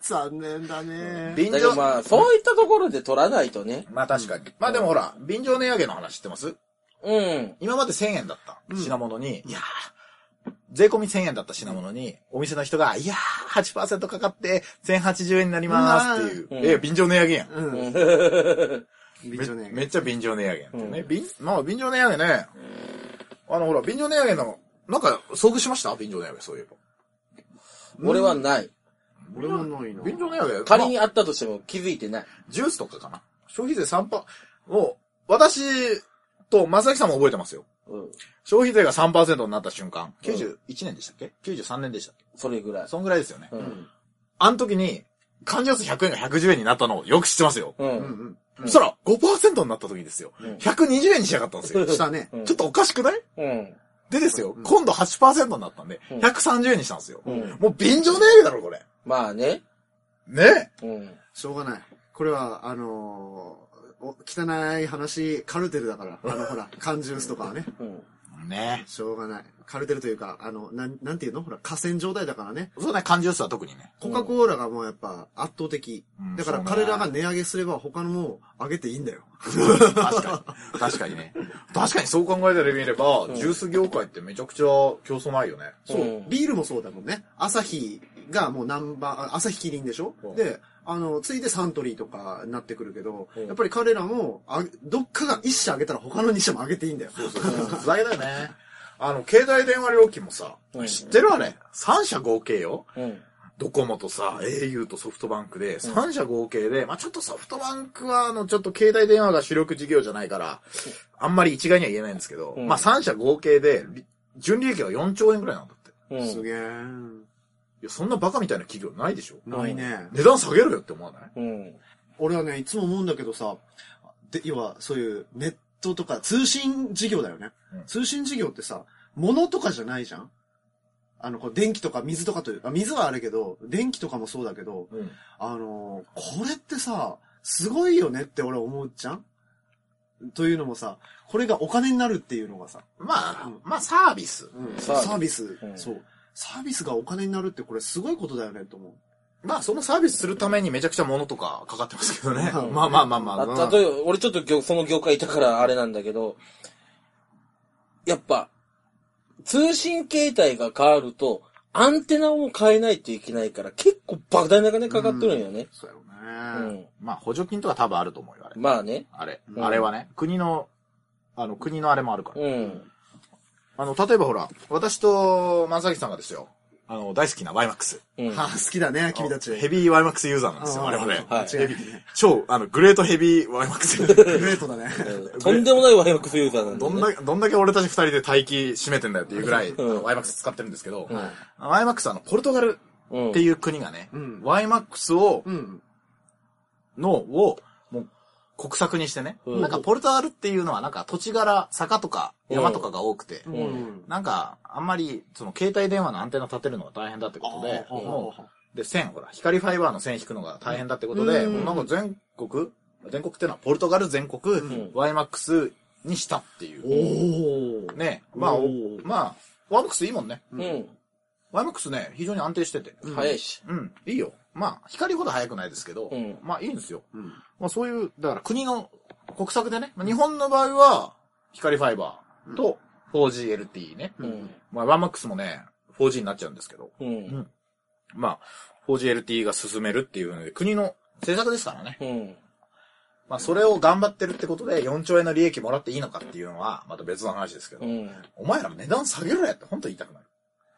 [SPEAKER 1] 残念だね。
[SPEAKER 3] 便
[SPEAKER 2] だけど
[SPEAKER 3] 乗。
[SPEAKER 2] まあ、そういったところで取らないとね。
[SPEAKER 3] まあ確かに。まあでもほら、便乗値上げの話知ってます
[SPEAKER 2] うん。
[SPEAKER 3] 今まで1000円だった品物に、いやー税込み1000円だった品物に、お店の人が、いやー、8%かかって、1080円になりますっていう。
[SPEAKER 2] うわー
[SPEAKER 3] え、便乗値上げやん。
[SPEAKER 1] うん。 便乗
[SPEAKER 3] め
[SPEAKER 1] ね。
[SPEAKER 3] っちゃ便乗値上げやんってね。
[SPEAKER 2] うん
[SPEAKER 3] 便まあ、便乗値上げね。あの、ほら、便乗値上げの、なんか、遭遇しました便乗値上げ、そういえば。
[SPEAKER 2] 俺はない。
[SPEAKER 1] 俺もないな。
[SPEAKER 3] 便乗値上げ
[SPEAKER 2] 仮に
[SPEAKER 3] まあ
[SPEAKER 2] あったとしても気づいてない。
[SPEAKER 3] ジュースとかかな。消費税3%パー、もう、私と正木さんも覚えてますよ。
[SPEAKER 2] うん。
[SPEAKER 3] 消費税が3%になった瞬間、
[SPEAKER 2] うん
[SPEAKER 3] 91年でしたっけ ?93 年でしたっけ
[SPEAKER 2] それぐらい。
[SPEAKER 3] そんぐらいですよね。
[SPEAKER 2] うん。
[SPEAKER 3] あの時に、患者数100円が110円になったのをよく知ってますよ。
[SPEAKER 2] う
[SPEAKER 1] うん
[SPEAKER 2] ん。
[SPEAKER 1] うん。
[SPEAKER 3] そしたら5%になった時ですよ。120円にしやがったんですよ。
[SPEAKER 1] したね。
[SPEAKER 3] ちょっとおかしくない
[SPEAKER 2] うん。
[SPEAKER 3] でですよ、今度8%になったんで、
[SPEAKER 2] ん
[SPEAKER 3] 130円にしたんですよ。
[SPEAKER 2] ん
[SPEAKER 3] もう便乗値上げだろ、これ。
[SPEAKER 2] まあね。
[SPEAKER 3] ね
[SPEAKER 2] うん。
[SPEAKER 1] しょうがない。これは、あのーお汚い話、カルテルだから。あの、ほら、缶ジュースとかはね。
[SPEAKER 2] うん。。
[SPEAKER 3] ね
[SPEAKER 1] しょうがない。カルテルというか、あの、なん、なんていうのほら、河川状態だからね。
[SPEAKER 3] そうね、缶ジュースは特にね。
[SPEAKER 1] コカ・コーラがもうやっぱ圧倒的
[SPEAKER 3] うん。
[SPEAKER 1] だから
[SPEAKER 3] そうね
[SPEAKER 1] 彼らが値上げすれば他のも上げていいんだよ。
[SPEAKER 3] 確かに。 確かにね。確かにそう考えてみれば、ジュース業界ってめちゃくちゃ競争ないよね。
[SPEAKER 1] そううんビールもそうだもんね。アサヒがもうナンバー、あアサヒキリンでしょ
[SPEAKER 3] うん
[SPEAKER 1] で、あの、ついでサントリーとかになってくるけど、
[SPEAKER 2] うん
[SPEAKER 1] やっぱり彼らも、あどっかが一社上げたら他の二社も上げていいんだよ。
[SPEAKER 3] そうそうそう。時代だよね。あの、携帯電話料金もさ、
[SPEAKER 2] うん
[SPEAKER 3] 知ってるあれ ?3 社合計よ。
[SPEAKER 2] うん。
[SPEAKER 3] ドコモとさ、au とソフトバンクで、3社合計で、まあちょっとソフトバンクは、あの、ちょっと携帯電話が主力事業じゃないから、あんまり一概には言えないんですけど、
[SPEAKER 2] うん
[SPEAKER 3] まあ3社合計で、り純利益が4兆円ぐらいなんだって。い
[SPEAKER 2] うん。
[SPEAKER 1] すげえ。
[SPEAKER 3] や、そんなバカみたいな企業ないでしょ
[SPEAKER 1] ないね。
[SPEAKER 3] 値段下げろよって思わない
[SPEAKER 2] うん。
[SPEAKER 1] 俺はね、いつも思うんだけどさ、で、要はそういうネットとか通信事業だよね。
[SPEAKER 3] うん
[SPEAKER 1] 通信事業ってさ、物とかじゃないじゃんあの、こう電気とか水とかという、あ水はあるけど、電気とかもそうだけど、
[SPEAKER 3] うん。
[SPEAKER 1] あのーこれってさ、すごいよねって俺思うじゃんというのもさ、これがお金になるっていうのがさ、
[SPEAKER 3] ま
[SPEAKER 1] う
[SPEAKER 3] あ
[SPEAKER 1] ん、
[SPEAKER 3] まあサービス。
[SPEAKER 1] サ
[SPEAKER 2] サービス
[SPEAKER 1] ービス、
[SPEAKER 2] うん
[SPEAKER 1] そう。サービスがお金になるってこれすごいことだよねと思う。
[SPEAKER 3] まあそのサービスするためにめちゃくちゃ物とかかかってますけどね
[SPEAKER 1] う。ん
[SPEAKER 3] まあまあまあまあ。うん
[SPEAKER 2] あ例えば、俺ちょっと業その業界いたからあれなんだけど、やっぱ、通信携帯が変わると、アンテナを変えないといけないから、結構莫大な金かかってるんよね。
[SPEAKER 1] そうよ
[SPEAKER 2] う
[SPEAKER 1] ね。
[SPEAKER 2] ん。
[SPEAKER 3] まあ補助金とか多分あると思うよ、あれ。
[SPEAKER 2] まあね。
[SPEAKER 3] あれ。
[SPEAKER 2] うん
[SPEAKER 3] あれはね、国の、あの、国のあれもあるから。
[SPEAKER 2] うん。
[SPEAKER 3] あの、例えばほら、私と万崎さんがですよ、あの、大好きな YMAX。
[SPEAKER 2] うん。
[SPEAKER 1] はあ、好きだね、君たち。
[SPEAKER 3] ヘビー YMAX ユーザーなんですよ、
[SPEAKER 1] あ
[SPEAKER 3] 我
[SPEAKER 1] ー
[SPEAKER 3] 々。
[SPEAKER 2] はい
[SPEAKER 1] 間違いないね。
[SPEAKER 3] 超、あの、グレートヘビー YMAX。
[SPEAKER 1] グレートだね。
[SPEAKER 2] とんでもないワイワクスユーザーなんだ
[SPEAKER 3] ど
[SPEAKER 2] よね
[SPEAKER 3] んだけ、どんだけ俺たち二人で待機占めてんだよっていうぐらい、
[SPEAKER 2] ん
[SPEAKER 3] あの YMAX 使ってるんですけど、
[SPEAKER 2] ん
[SPEAKER 3] YMAX はあの、ポルトガル
[SPEAKER 2] うん
[SPEAKER 3] っていう国がね、
[SPEAKER 1] うん
[SPEAKER 3] YMAX を、
[SPEAKER 1] うん。
[SPEAKER 3] のを、もう、国策にしてね。
[SPEAKER 2] うん
[SPEAKER 3] なんか、ポルトガルっていうのは、なんか、土地柄、坂とか、山とかが多くて、
[SPEAKER 1] うんん。
[SPEAKER 3] なんか、あんまり、その、携帯電話のアンテナ立てるのが大変だってことで、
[SPEAKER 1] あー
[SPEAKER 3] もう、で、線、ほら、光ファイバーの線引くのが大変だってことで、
[SPEAKER 1] うん
[SPEAKER 3] もうなんか全国、全国っていうのは、ポルトガル全国、
[SPEAKER 2] ん
[SPEAKER 3] YMAX にしたってい
[SPEAKER 1] お
[SPEAKER 3] う。
[SPEAKER 1] ー。
[SPEAKER 3] ね、まあ、お
[SPEAKER 1] おー
[SPEAKER 3] まあ、YMAX いいもんね。
[SPEAKER 2] うん。
[SPEAKER 3] YMAX ね、非常に安定してて。
[SPEAKER 2] 早いし。
[SPEAKER 3] うん、いいよ。まあ、光ほど早くないですけど、
[SPEAKER 2] うん
[SPEAKER 3] まあ、いいんですよ。
[SPEAKER 1] うん。
[SPEAKER 3] まあそういう、だから国の国策でね、まあ、日本の場合は、光ファイバーと 4GLTE ね。
[SPEAKER 2] うん。
[SPEAKER 3] まあワンマックスもね、4G になっちゃうんですけど、
[SPEAKER 2] うん。
[SPEAKER 3] まあ、4GLTE が進めるっていうので、国の政策ですからね。
[SPEAKER 2] うん。
[SPEAKER 3] まあそれを頑張ってるってことで、4兆円の利益もらっていいのかっていうのは、また別の話ですけど、
[SPEAKER 2] うん。
[SPEAKER 3] お前ら値段下げろやって本当に言いたくなる。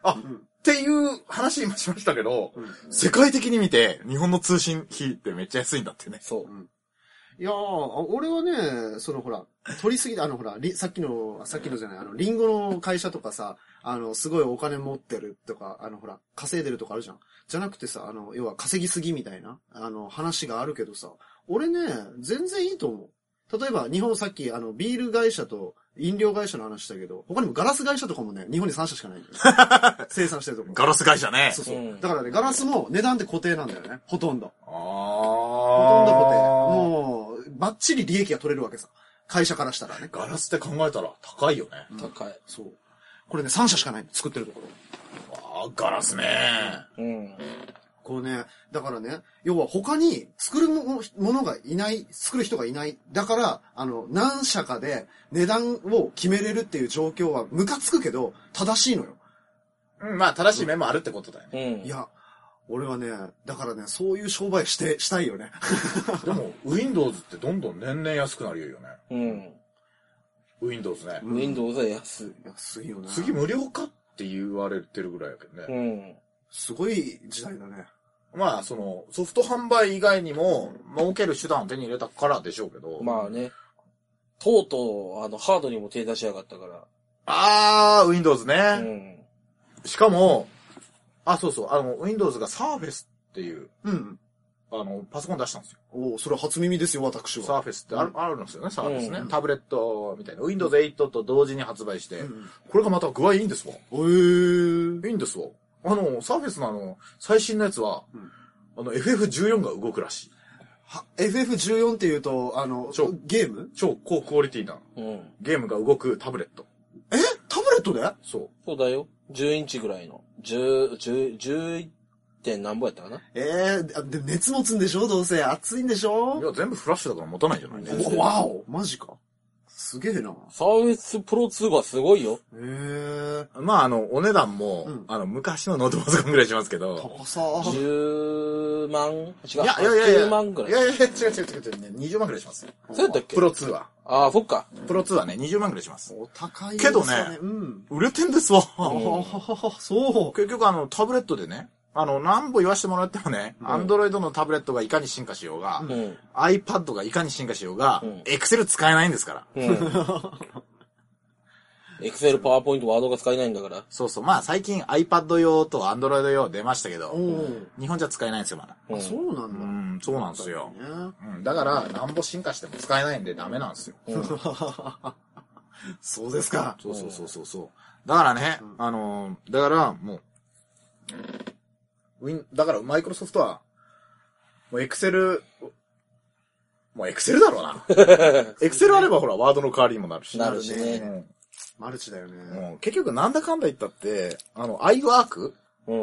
[SPEAKER 3] あ、
[SPEAKER 1] ん
[SPEAKER 3] っていう話今しましたけど、
[SPEAKER 1] うん
[SPEAKER 3] 世界的に見て、日本の通信費ってめっちゃ安いんだってね。
[SPEAKER 2] そう。
[SPEAKER 1] いやー、あ俺はね、そのほら、取りすぎた、あのほら、りさっきの、さっきのじゃない、あの、リンゴの会社とかさ、あの、すごいお金持ってるとか、あのほら、稼いでるとかあるじゃん。じゃなくてさ、あの、要は稼ぎすぎみたいな、あの、話があるけどさ、俺ね、全然いいと思う。例えば、日本さっき、あの、ビール会社と飲料会社の話したけど、他にもガラス会社とかもね、日本に3社しかないんだ よ。生産してるとこ。
[SPEAKER 3] ガラス会社ね。
[SPEAKER 1] そうそう、
[SPEAKER 2] うん
[SPEAKER 1] だからね、ガラスも値段って固定なんだよね。ほとんど。
[SPEAKER 3] ああ。
[SPEAKER 1] ほとんど固定。
[SPEAKER 3] う。
[SPEAKER 1] もう、バッチリ利益が取れるわけさ。会社からしたらね。
[SPEAKER 3] ガラスって考えたら高いよね。
[SPEAKER 2] 高い。
[SPEAKER 1] そう。これね、3社しかないの、作ってるところ。
[SPEAKER 3] ああ、ガラスね。
[SPEAKER 2] うん。
[SPEAKER 1] こうね、だからね、要は他に作るもものがいない、作る人がいない。だから、あの、何社かで値段を決めれるっていう状況はムカつくけど、正しいのよ。
[SPEAKER 3] うん、まあ正しい面もあるってことだよ
[SPEAKER 2] う
[SPEAKER 3] ね。
[SPEAKER 2] ん。
[SPEAKER 1] いや、俺はね、だからね、そういう商売して、したいよね。
[SPEAKER 3] でも、Windows ってどんどん年々安くなるよね。
[SPEAKER 2] うん。
[SPEAKER 3] Windows ね。
[SPEAKER 2] Windows は安い。
[SPEAKER 1] 安いよね。
[SPEAKER 3] 次無料化って言われてるぐらいやけど
[SPEAKER 2] う
[SPEAKER 3] ね。
[SPEAKER 2] ん。
[SPEAKER 1] すごい時代だね。
[SPEAKER 3] まあ、その、ソフト販売以外にも、儲ける手段を手に入れたからでしょうけど。
[SPEAKER 2] まあね。とうとう、あの、ハードにも手出しやがったか
[SPEAKER 3] あ。あー、Windows
[SPEAKER 2] ら。う
[SPEAKER 3] ね。
[SPEAKER 2] ん。
[SPEAKER 3] しかも、あ、そうそう、あの、Windows が Surface っていう、
[SPEAKER 1] うん。
[SPEAKER 3] あの、パソコン出したんですよ。
[SPEAKER 1] おおそれ初耳ですよ、私
[SPEAKER 3] サ
[SPEAKER 1] は。
[SPEAKER 3] ーフェスってある,、あるんですよね、サーフェスね。
[SPEAKER 2] うん
[SPEAKER 3] タブレットみたいな。Windows 8と同時に発売して、これがまた具合いいんですわ。
[SPEAKER 1] えー。
[SPEAKER 3] いいんですわ。あの、サーフェスのあの、最新のやつは、あの、FF14 が動くらしい。
[SPEAKER 1] は FF14 っていうと、あの
[SPEAKER 3] そう、
[SPEAKER 1] ゲーム
[SPEAKER 3] 超高クオリティな
[SPEAKER 2] うん。
[SPEAKER 3] ゲームが動くタブレット。
[SPEAKER 1] えタブレットで
[SPEAKER 3] そう。
[SPEAKER 2] そうだよ。10インチぐらいの。10、10、11点何ぼやったかな
[SPEAKER 1] えー、あでも熱持つんでしょどうせ。熱いんでし
[SPEAKER 3] い
[SPEAKER 1] ょ
[SPEAKER 3] や、全部フラッシュだから持たないじゃないね。
[SPEAKER 1] おわおマジか。すげえな。
[SPEAKER 2] サーフェスプロ2はすごいよ。
[SPEAKER 1] えー、
[SPEAKER 3] まあ、あの、お値段も、
[SPEAKER 1] うん
[SPEAKER 3] あの、昔のノートパソコンぐらいしますけど。
[SPEAKER 1] 高さ。
[SPEAKER 2] 10万違う。
[SPEAKER 3] いやいやいやいや。
[SPEAKER 2] 9万ぐらい。
[SPEAKER 3] いやいやいや、違う違う違う違うね。20万ぐらいしますよ。
[SPEAKER 2] そうやったっけ
[SPEAKER 3] プロ2は。
[SPEAKER 2] ああ、そっか。
[SPEAKER 3] プロ2はね、20万ぐらいします。
[SPEAKER 1] お高い
[SPEAKER 3] けどね
[SPEAKER 1] ですようん。
[SPEAKER 3] 売れてんですわ。
[SPEAKER 1] あはははそ
[SPEAKER 3] 結局あの、タブレットでね、あの、何歩言わしてもらってもね、アンドロイドのタブレットがいかに進化しようが、
[SPEAKER 2] うん。
[SPEAKER 3] iPad がいかに進化しようが
[SPEAKER 2] うん、
[SPEAKER 3] エクセル使えないんですから。
[SPEAKER 2] うん。エクセル、パワーポイント、ワードが使えないんだから。
[SPEAKER 3] そうそう。まあ最近 iPad 用と Android 用出ましたけ
[SPEAKER 1] う。
[SPEAKER 3] ど、
[SPEAKER 1] お
[SPEAKER 3] 日本じゃ使えないんですよ、まだ。
[SPEAKER 1] お。
[SPEAKER 2] ん
[SPEAKER 1] あ、そうな
[SPEAKER 3] うん
[SPEAKER 1] だ。
[SPEAKER 3] ん、そうなんですよ。
[SPEAKER 1] ね
[SPEAKER 3] うん、だから、なんぼ進化しても使えないんでダメなんですよ。
[SPEAKER 1] そうですか。
[SPEAKER 3] そうそうそうそうそう。だからね、あのーだからもう、ウィン、だからマイクロソフトは、もうエクセル、もうエクセルだろうな。エクセルあればほら、ワードの代わりにもなるし。
[SPEAKER 2] なるしね。
[SPEAKER 1] マルチだよ
[SPEAKER 3] うん
[SPEAKER 1] ね。
[SPEAKER 3] もう結局なんだかんだ言ったって、あの、アイワーク
[SPEAKER 2] うん。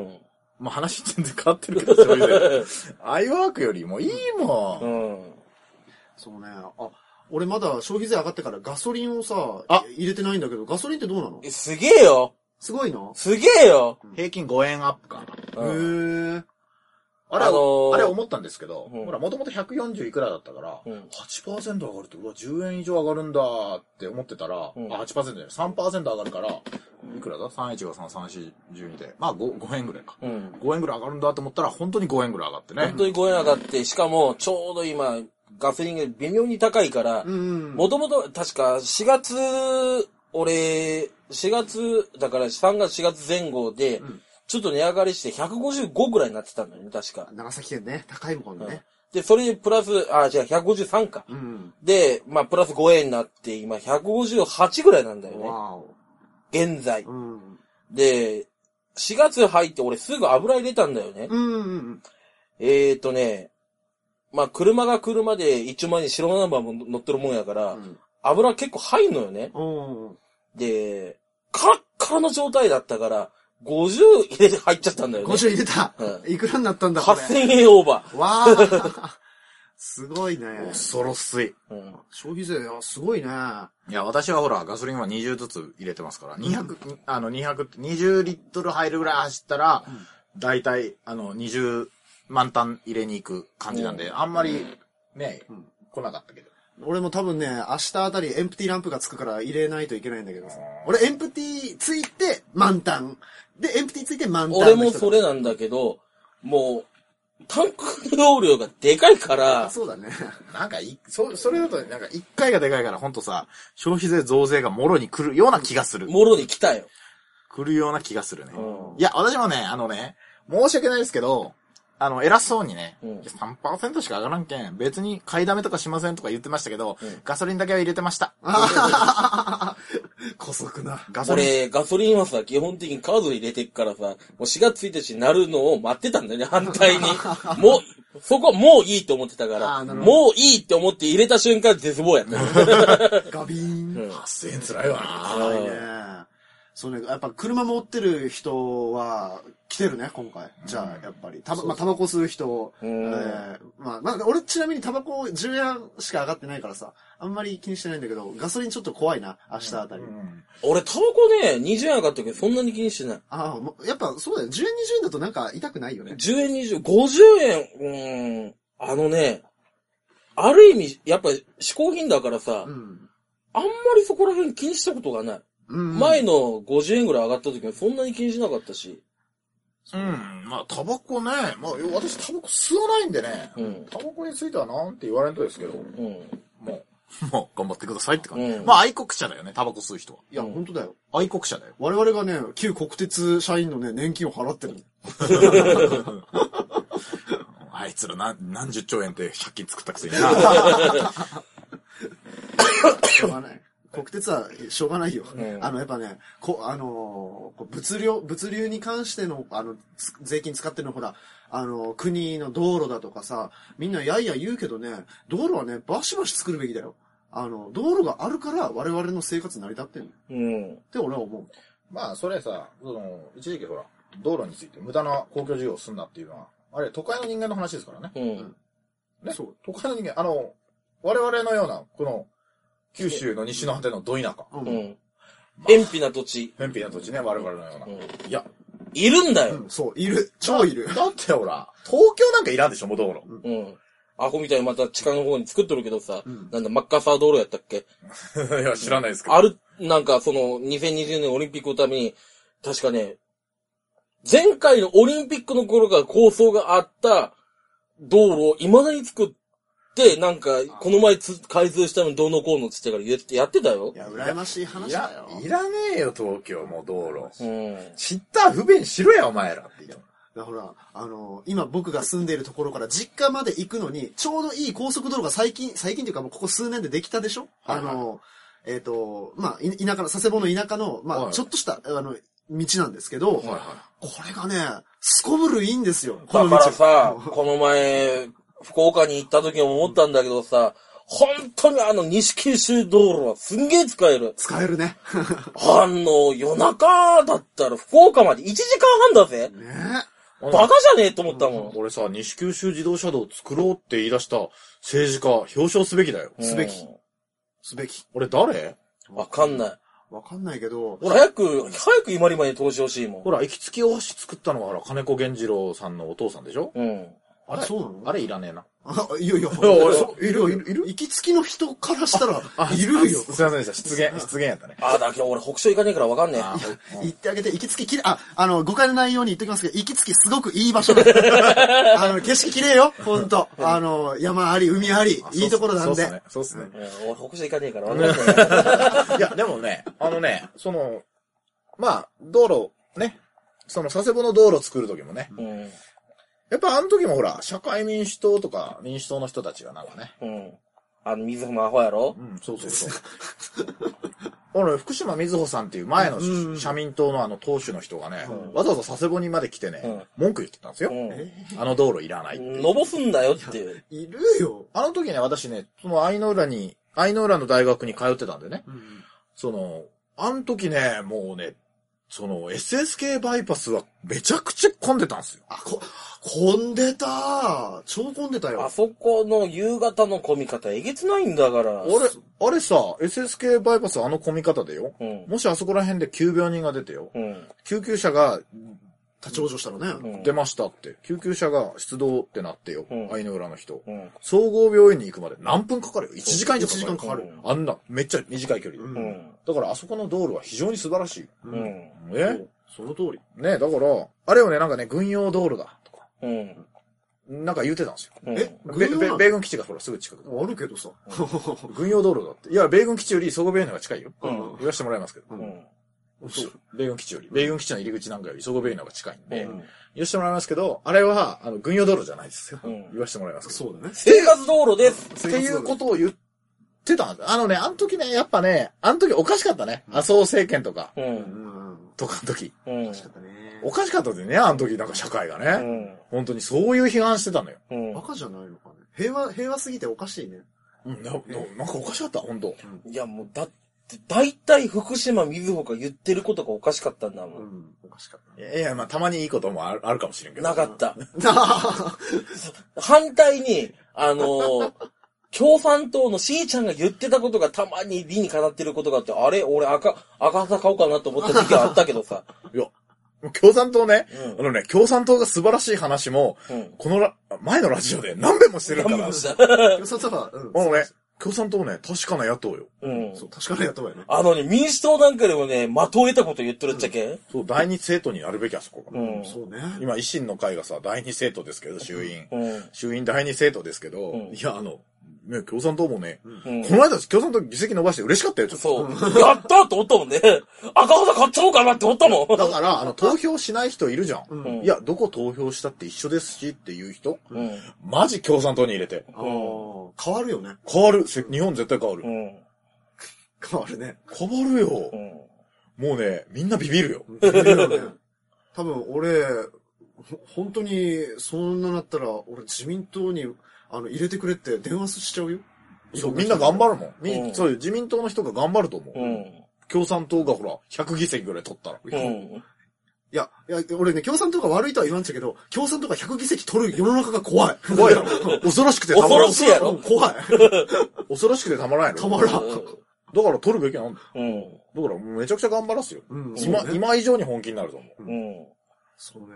[SPEAKER 3] もう話全然変わってるけど、そういう のアイワークよりもいいも。
[SPEAKER 2] うんん。
[SPEAKER 1] そうね。あ、俺まだ消費税上がってからガソリンをさ、
[SPEAKER 3] あ
[SPEAKER 1] 入れてないんだけど、ガソリンってどうなの
[SPEAKER 2] えすげえよ
[SPEAKER 1] すごいな。
[SPEAKER 2] すげえよ
[SPEAKER 3] 平均5円アップかな。
[SPEAKER 1] へ
[SPEAKER 2] うん。
[SPEAKER 1] ー。
[SPEAKER 3] あれ、
[SPEAKER 2] あのー
[SPEAKER 3] あれ思ったんですけど、
[SPEAKER 2] うん
[SPEAKER 3] ほら、もともと140いくらだったから、
[SPEAKER 2] うん
[SPEAKER 3] 8%上がるって、うわ、10円以上上がるんだって思ってたら、
[SPEAKER 2] うん
[SPEAKER 3] あ、8%じゃない、3%上がるから、いくらだ ?315、3、4、12で。まあ5、5円ぐらいか。
[SPEAKER 2] うん。
[SPEAKER 3] 5円ぐらい上がるんだと思ったら、本当に5円ぐらい上がってね
[SPEAKER 2] 本。当にご縁上がって、しかも、ちょうど今、ガソリンが微妙に高いから、
[SPEAKER 1] うん。
[SPEAKER 2] もともと、確か4月、俺、4月、だから3月4月前後で、
[SPEAKER 1] ん
[SPEAKER 2] ちょっと値上がりして155ぐらいになってたんだよね、確か。
[SPEAKER 1] 長崎県ね、高いもんね。
[SPEAKER 2] で、それでプラス、あ、違う、153か。
[SPEAKER 1] うん。
[SPEAKER 2] で、まあ、プラス5円になって、今158ぐらいなんだよね。
[SPEAKER 1] わお。
[SPEAKER 2] 現在
[SPEAKER 1] う。ん。
[SPEAKER 2] で、4月入って俺すぐ油入れたんだよね。
[SPEAKER 1] うんうん。
[SPEAKER 2] えーとね、まあ、車が車で一応前に白ナンバーも乗ってるもんやから、
[SPEAKER 1] うん。
[SPEAKER 2] 油結構入んのよね。
[SPEAKER 1] おー
[SPEAKER 2] で、カラッカラの状態だったから、50入れて入っちゃったんだよね。
[SPEAKER 1] 50入れた
[SPEAKER 2] う
[SPEAKER 1] いくらになったんだこれ
[SPEAKER 2] 8000円オーバ
[SPEAKER 1] わあ すごいね。
[SPEAKER 3] 恐ろしい。
[SPEAKER 2] ー。うん。
[SPEAKER 1] 消費税、あすごいね。
[SPEAKER 3] いや、私はほら、ガソリンは20ずつ入れてますから、200、あの、200、20リットル入るぐらい走ったら、だいたい、あの、20満タン入れに行く感じなんで、あんまり、ね、来なかったけど。
[SPEAKER 1] 俺も多分ね、明日あたりエンプティランプがつくから入れないといけないんだけどさ。俺エンプティついて満タン。で、エンプティついて満タン。
[SPEAKER 2] 俺もそ。れなんだけど、もう、タンク容量がでかいから、
[SPEAKER 1] そうだね。
[SPEAKER 3] なんかい、そ、それだと、なんか、1回がでかいから、ほんとさ、消費税増税がもろに来るような気がする。
[SPEAKER 2] もろに来たよ。
[SPEAKER 3] 来るような気がするね。
[SPEAKER 2] うん
[SPEAKER 3] いや、私もね、あのね、申し訳ないですけど、あの、偉そうにね、
[SPEAKER 2] うん
[SPEAKER 3] いや3%しか上がらんけん、別に買いだめとかしませんとか言ってましたけど、
[SPEAKER 2] うん
[SPEAKER 3] ガソリンだけは入れてました。
[SPEAKER 1] 古速な。
[SPEAKER 3] ガソリン。
[SPEAKER 2] 俺、ガソリンはさ、基本的にカードで入れてっからさ、もう4月1日になるのを待ってたんだ よね、反対に。もう、そこはもういいと思ってたか
[SPEAKER 1] あー
[SPEAKER 2] ら、
[SPEAKER 1] なるほど
[SPEAKER 2] もういいって思って入れた瞬間、絶望やった。
[SPEAKER 1] ガビーン。
[SPEAKER 3] 8000円辛いわな
[SPEAKER 1] 高いね。そうね、やっぱ車持ってる人は来てるね、今回。じゃあ、やっぱり。たば、まあ、タバコ吸 う人、え
[SPEAKER 2] ん
[SPEAKER 1] ーまあ、まあ、俺ちなみにタバコ10円しか上がってないからさ、あんまり気にしてないんだけど、ガソリンちょっと怖いな、明日あたり。
[SPEAKER 2] 俺、タバコね、20円上がったけど、そんなに気にしてない。
[SPEAKER 1] ああ、もうやっぱそうだよ。10円、20円だとなんか痛くないよね。
[SPEAKER 2] 10円、20、50円、うーん、あのね、ある意味、やっぱ、嗜好品だからさ、
[SPEAKER 1] うん。
[SPEAKER 2] あんまりそこら辺気にしたことがない。
[SPEAKER 1] うん。
[SPEAKER 2] 前の50円ぐらい上がった時もそんなに気にしなかったし、
[SPEAKER 3] うん。まあ、タバコね、まあ、私タバコ吸わないんでね、
[SPEAKER 2] うん
[SPEAKER 3] タバコについてはなんて言われんとですけど、も
[SPEAKER 2] うん。
[SPEAKER 3] う、もう頑張ってくださいって感じ。
[SPEAKER 2] うん
[SPEAKER 3] まあ、愛国者だよね、タバコ吸う人は。
[SPEAKER 1] いや、本当だよ。
[SPEAKER 3] 愛国者だよ。
[SPEAKER 1] 我々がね、旧国鉄社員のね、年金を払ってる。
[SPEAKER 3] あいつら何、何十兆円って借金作ったくせにな。
[SPEAKER 1] しょうがない。国鉄はしょうがないよ。
[SPEAKER 2] うん
[SPEAKER 1] あの、やっぱね、こあのーこう物流、物流に関しての、あの、つ税金使ってるのほら、あの、国の道路だとかさ、みんなやいや言うけどね、道路はね、バシバシ作るべきだよ。あの、道路があるから我々の生活成り立ってんの。っ
[SPEAKER 2] うん。
[SPEAKER 1] て俺は思う。
[SPEAKER 3] まあ、それさ、その、一時期ほら、道路について無駄な公共事業をすんなっていうのは、あれ、都会の人間の話ですからね。
[SPEAKER 2] うん。
[SPEAKER 3] ね
[SPEAKER 1] そう。
[SPEAKER 3] 都会の人間、あの、我々のような、この、九州の西の果てのど田舎。
[SPEAKER 1] う。
[SPEAKER 2] うんん。偏僻な土地。
[SPEAKER 3] 偏僻な土地ね、我々のような。
[SPEAKER 2] うん
[SPEAKER 3] いや、
[SPEAKER 2] いるんだ
[SPEAKER 1] う
[SPEAKER 2] よ。
[SPEAKER 1] ん、そう、いる。超いる。
[SPEAKER 3] だってほら、東京なんかいらんでしょ、もう道路。
[SPEAKER 2] うん。アホみたいにまた地下の方に作っとるけどさ、
[SPEAKER 1] うん
[SPEAKER 2] なんだ、マッカーサー道路やったっけ
[SPEAKER 3] いや、知らないですけど。
[SPEAKER 2] ある、なんかその、2020年オリンピックのために、確かね、前回のオリンピックの頃から構想があった道路を未だに作って、なんか、この前つ開通したのにどうのこうのつってから言ってやってたよ
[SPEAKER 1] い。や、羨ましい
[SPEAKER 3] い
[SPEAKER 1] 話
[SPEAKER 3] や
[SPEAKER 1] だよ。、
[SPEAKER 3] いらねえよ、東京、もう道路。
[SPEAKER 2] うん。
[SPEAKER 3] 知った不便しろや、お前らって言う
[SPEAKER 1] だからほら、あのー今僕が住んでいるところから実家まで行くのに、ちょうどいい高速道路が最近、最近というかもうここ数年でできたでしょ、
[SPEAKER 3] はいはい
[SPEAKER 1] あのーえっ、と、まあ、い田舎の、佐世保の田舎の、まあ、
[SPEAKER 3] はい
[SPEAKER 1] ちょっとした、あの、道なんですけど、
[SPEAKER 3] の。はいは
[SPEAKER 1] これがね、すこぶるいいんですよ。こ
[SPEAKER 2] だ
[SPEAKER 1] の道
[SPEAKER 2] からさ、この前、福岡に行った時も思ったんだけどさ、本当にあの西九州道路はすんげえ使える。
[SPEAKER 1] 使えるね。
[SPEAKER 2] あの、夜中だったら福岡まで1時間半だぜ。
[SPEAKER 1] ね
[SPEAKER 3] い。
[SPEAKER 2] バカじゃねえと思ったもん。
[SPEAKER 3] 俺さ、西九州自動車道を作ろうって言い出した政治家、表彰すべきだよ。
[SPEAKER 1] すべき
[SPEAKER 2] うん。
[SPEAKER 1] すべき。
[SPEAKER 3] 俺誰
[SPEAKER 2] わかんない。
[SPEAKER 1] わかんないけど、
[SPEAKER 2] 早く、早く今里まで投資ほしいもん
[SPEAKER 3] ほ。ら、行きつきお箸作ったのは、ほら、金子源次郎さんのお父さんでしょ
[SPEAKER 2] うん。
[SPEAKER 1] あれそうなの
[SPEAKER 3] あれいらねえな。
[SPEAKER 1] あ、いやいや、
[SPEAKER 3] 俺
[SPEAKER 1] そういるよ、いる、いる。行きつきの人からしたら、い
[SPEAKER 3] あ
[SPEAKER 1] るよ。
[SPEAKER 3] すいませんでした。失言、失言やったね。
[SPEAKER 2] ああ、だけど俺北勝行かねえからわかんね
[SPEAKER 3] あー
[SPEAKER 1] 言ってあげて、行きつききれ、あ、あの、誤解のないように言っときますけど、行きつきすごくいい場所だあの、景色きれいよ、ほんと。あの、山あり、海あり
[SPEAKER 3] あ、
[SPEAKER 1] いいところな
[SPEAKER 3] そう
[SPEAKER 1] んで。
[SPEAKER 3] っすね。そうっすね
[SPEAKER 2] え。うん俺北勝行かねえからわかんね
[SPEAKER 3] いや、でもね、あのね、その、まあ、道路、ね、その佐世保の道路作る時もね、
[SPEAKER 2] え。うん。
[SPEAKER 3] やっぱあの時もほら、社会民主党とか民主党の人たちがなんかね、
[SPEAKER 2] うん。あの、水穂のアホやろ
[SPEAKER 3] うん、そうそうそう。俺、福島みずほさんっていう前の
[SPEAKER 1] うん
[SPEAKER 3] 社民党のあの党首の人がね、
[SPEAKER 2] うん
[SPEAKER 3] わざわざ佐世保にまで来てね、
[SPEAKER 2] うん
[SPEAKER 3] 文句言ってたんですよ
[SPEAKER 2] う。ん。
[SPEAKER 1] え
[SPEAKER 3] あの道路いらないって。
[SPEAKER 2] のぼすんだよっていう。
[SPEAKER 1] いるよ。
[SPEAKER 3] あの時ね、私ね、その相の浦に、相の浦の大学に通ってたんでね、
[SPEAKER 1] うん
[SPEAKER 3] その、あの時ね、もうね、その SSK バイパスはめちゃくちゃ混んでたんですよ。
[SPEAKER 1] あ、こ、混んでた超混んでた
[SPEAKER 2] あ
[SPEAKER 1] よ。
[SPEAKER 2] そこの夕方の混み方えげつないんだから。
[SPEAKER 3] あれ、あれさ、SSK バイパスあの混み方でよ。
[SPEAKER 2] うん。
[SPEAKER 3] もしあそこら辺で急病人が出てよ。
[SPEAKER 2] うん。
[SPEAKER 3] 救急車が
[SPEAKER 1] 立ち往生したの
[SPEAKER 2] う
[SPEAKER 1] ね。
[SPEAKER 2] ん。
[SPEAKER 3] 出ましたって。救急車が出動ってなってよ。
[SPEAKER 2] うん
[SPEAKER 3] 相の裏の人。
[SPEAKER 2] うん。
[SPEAKER 3] 総合病院に行くまで何分かかるよ ?1 時間以上かかる。
[SPEAKER 1] 一時間かかる
[SPEAKER 3] あんな、めっちゃ短い距離で。
[SPEAKER 1] う。
[SPEAKER 2] うんん。
[SPEAKER 3] だからあそこの道路は非常に素晴らしい。
[SPEAKER 1] う。
[SPEAKER 2] うんん。
[SPEAKER 3] ね。
[SPEAKER 1] その通り。
[SPEAKER 3] ねだから、あれをね、なんかね、軍用道路だとか、
[SPEAKER 2] うん。
[SPEAKER 3] なんか言ってたんですよ。
[SPEAKER 2] うん
[SPEAKER 1] え
[SPEAKER 3] べ
[SPEAKER 1] 軍用
[SPEAKER 3] べ
[SPEAKER 1] な
[SPEAKER 3] 米軍基地がほらすぐ近くだ
[SPEAKER 1] のあるけどさ。
[SPEAKER 3] 軍用道路だって。いや、米軍基地より総合病院の方が近いよ。
[SPEAKER 2] うん
[SPEAKER 3] 言わせてもらいますけど。
[SPEAKER 1] う
[SPEAKER 2] うん。
[SPEAKER 3] そう。米軍基地より。米軍基地の入り口なんかより総合病院の方が近いんで。
[SPEAKER 2] うん
[SPEAKER 3] 言わせてもらいますけど、あれは、あの、軍用道路じゃないですよ。
[SPEAKER 2] うん
[SPEAKER 3] 言わせてもらいますけど。
[SPEAKER 1] そうだね。
[SPEAKER 2] 生活道路です。
[SPEAKER 3] っていうことを言ってたんだ。あのね、あの時ね、やっぱね、あの時おかしかったね。麻生政権とか、
[SPEAKER 2] う。
[SPEAKER 1] うんん。うん。
[SPEAKER 3] とかの時。
[SPEAKER 2] うん
[SPEAKER 1] おかしかったね。
[SPEAKER 3] おかしかったでね、あの時なんか社会が
[SPEAKER 2] う
[SPEAKER 3] ね。
[SPEAKER 2] ん。
[SPEAKER 3] 本当にそういう批判してたのよ。
[SPEAKER 2] うん
[SPEAKER 1] バ。カじゃないのかね。平和、平和すぎておかしいね。
[SPEAKER 3] うん、なななんかおかしかった、本当
[SPEAKER 2] いや、もう、だって、大体福島水穂が言ってることがおかしかったんだも。
[SPEAKER 1] うんん。おかしかった
[SPEAKER 3] いやいや、まあ、たまにいいこともあるあるかもしれんけど。
[SPEAKER 2] なかった。
[SPEAKER 1] ね。
[SPEAKER 2] 反対に、あ のー共産党のしーちゃんが言ってたことがたまに理にかなってることがあって、あれ俺赤、赤坂買おうかなと思った時期があったけどさ。
[SPEAKER 3] いや、共産党ね、
[SPEAKER 2] うん
[SPEAKER 3] あのね、共産党が素晴らしい話も、
[SPEAKER 2] うん。
[SPEAKER 3] このラ前のラジオで何遍もしてるから。
[SPEAKER 2] も
[SPEAKER 3] あ
[SPEAKER 2] した。
[SPEAKER 1] そったら、うん。
[SPEAKER 3] のね、共産党ね、確かな野党よ。
[SPEAKER 2] うん。
[SPEAKER 1] そう、確かにやったわよね。
[SPEAKER 2] あのね、民主党なんかでもね、的を得たこと言ってるっちゃけ、
[SPEAKER 3] そう、第二政党になるべきあそこ
[SPEAKER 2] う
[SPEAKER 3] が。
[SPEAKER 2] ん、
[SPEAKER 1] そうね。
[SPEAKER 3] 今、維新の会がさ、第二政党ですけど、衆院。
[SPEAKER 2] うん。
[SPEAKER 3] 衆院第二政党ですけど、
[SPEAKER 2] うん
[SPEAKER 3] いや、あの、ね、共産党もね、
[SPEAKER 2] うん
[SPEAKER 3] この間共産党議席伸ばして嬉しかったよ、ちょっと。
[SPEAKER 2] そう。やったって思ったもんね。 赤旗買っちゃおうかなって思ったもん。
[SPEAKER 3] だから、あの、投票しない人いるじゃん。
[SPEAKER 2] ん
[SPEAKER 3] いや、どこ投票したって一緒ですしっていう人、
[SPEAKER 2] うん。
[SPEAKER 3] マジ共産党に入れて。
[SPEAKER 1] あー変わるよね。
[SPEAKER 3] 変わる。せ日本絶対変わる
[SPEAKER 2] う。ん。
[SPEAKER 1] 変わ るね。
[SPEAKER 3] 変わるよ。
[SPEAKER 2] うん。
[SPEAKER 3] もうね、みんなビビるよ。
[SPEAKER 1] 多分俺、ほ本当に、そんななったら、俺自民党に、あの、入れてくれって電話しちゃうよ。
[SPEAKER 3] そう、みんな頑張るもん。み
[SPEAKER 2] うん
[SPEAKER 3] そういう自民党の人が頑張ると思う。
[SPEAKER 2] うん。
[SPEAKER 3] 共産党がほら、100議席ぐらい取ったら。
[SPEAKER 2] うん。
[SPEAKER 1] いや、いや、俺ね、共産党が悪いとは言わんちゃけど、共産党が100議席取る世の中が怖い。
[SPEAKER 3] 怖い やろ。恐ろしくてたま
[SPEAKER 2] 恐
[SPEAKER 3] らん
[SPEAKER 2] ろ。しいやろ
[SPEAKER 1] うん怖い。
[SPEAKER 3] 恐ろしくてたまらんやろ。
[SPEAKER 1] たまらん。
[SPEAKER 3] だから取るべきなんだよ。
[SPEAKER 2] うん。
[SPEAKER 3] だからもうめちゃくちゃ頑張らすよ。
[SPEAKER 1] うん
[SPEAKER 3] 今、
[SPEAKER 1] そうね
[SPEAKER 3] 今以上に本気になると思
[SPEAKER 2] うん。
[SPEAKER 1] そうね。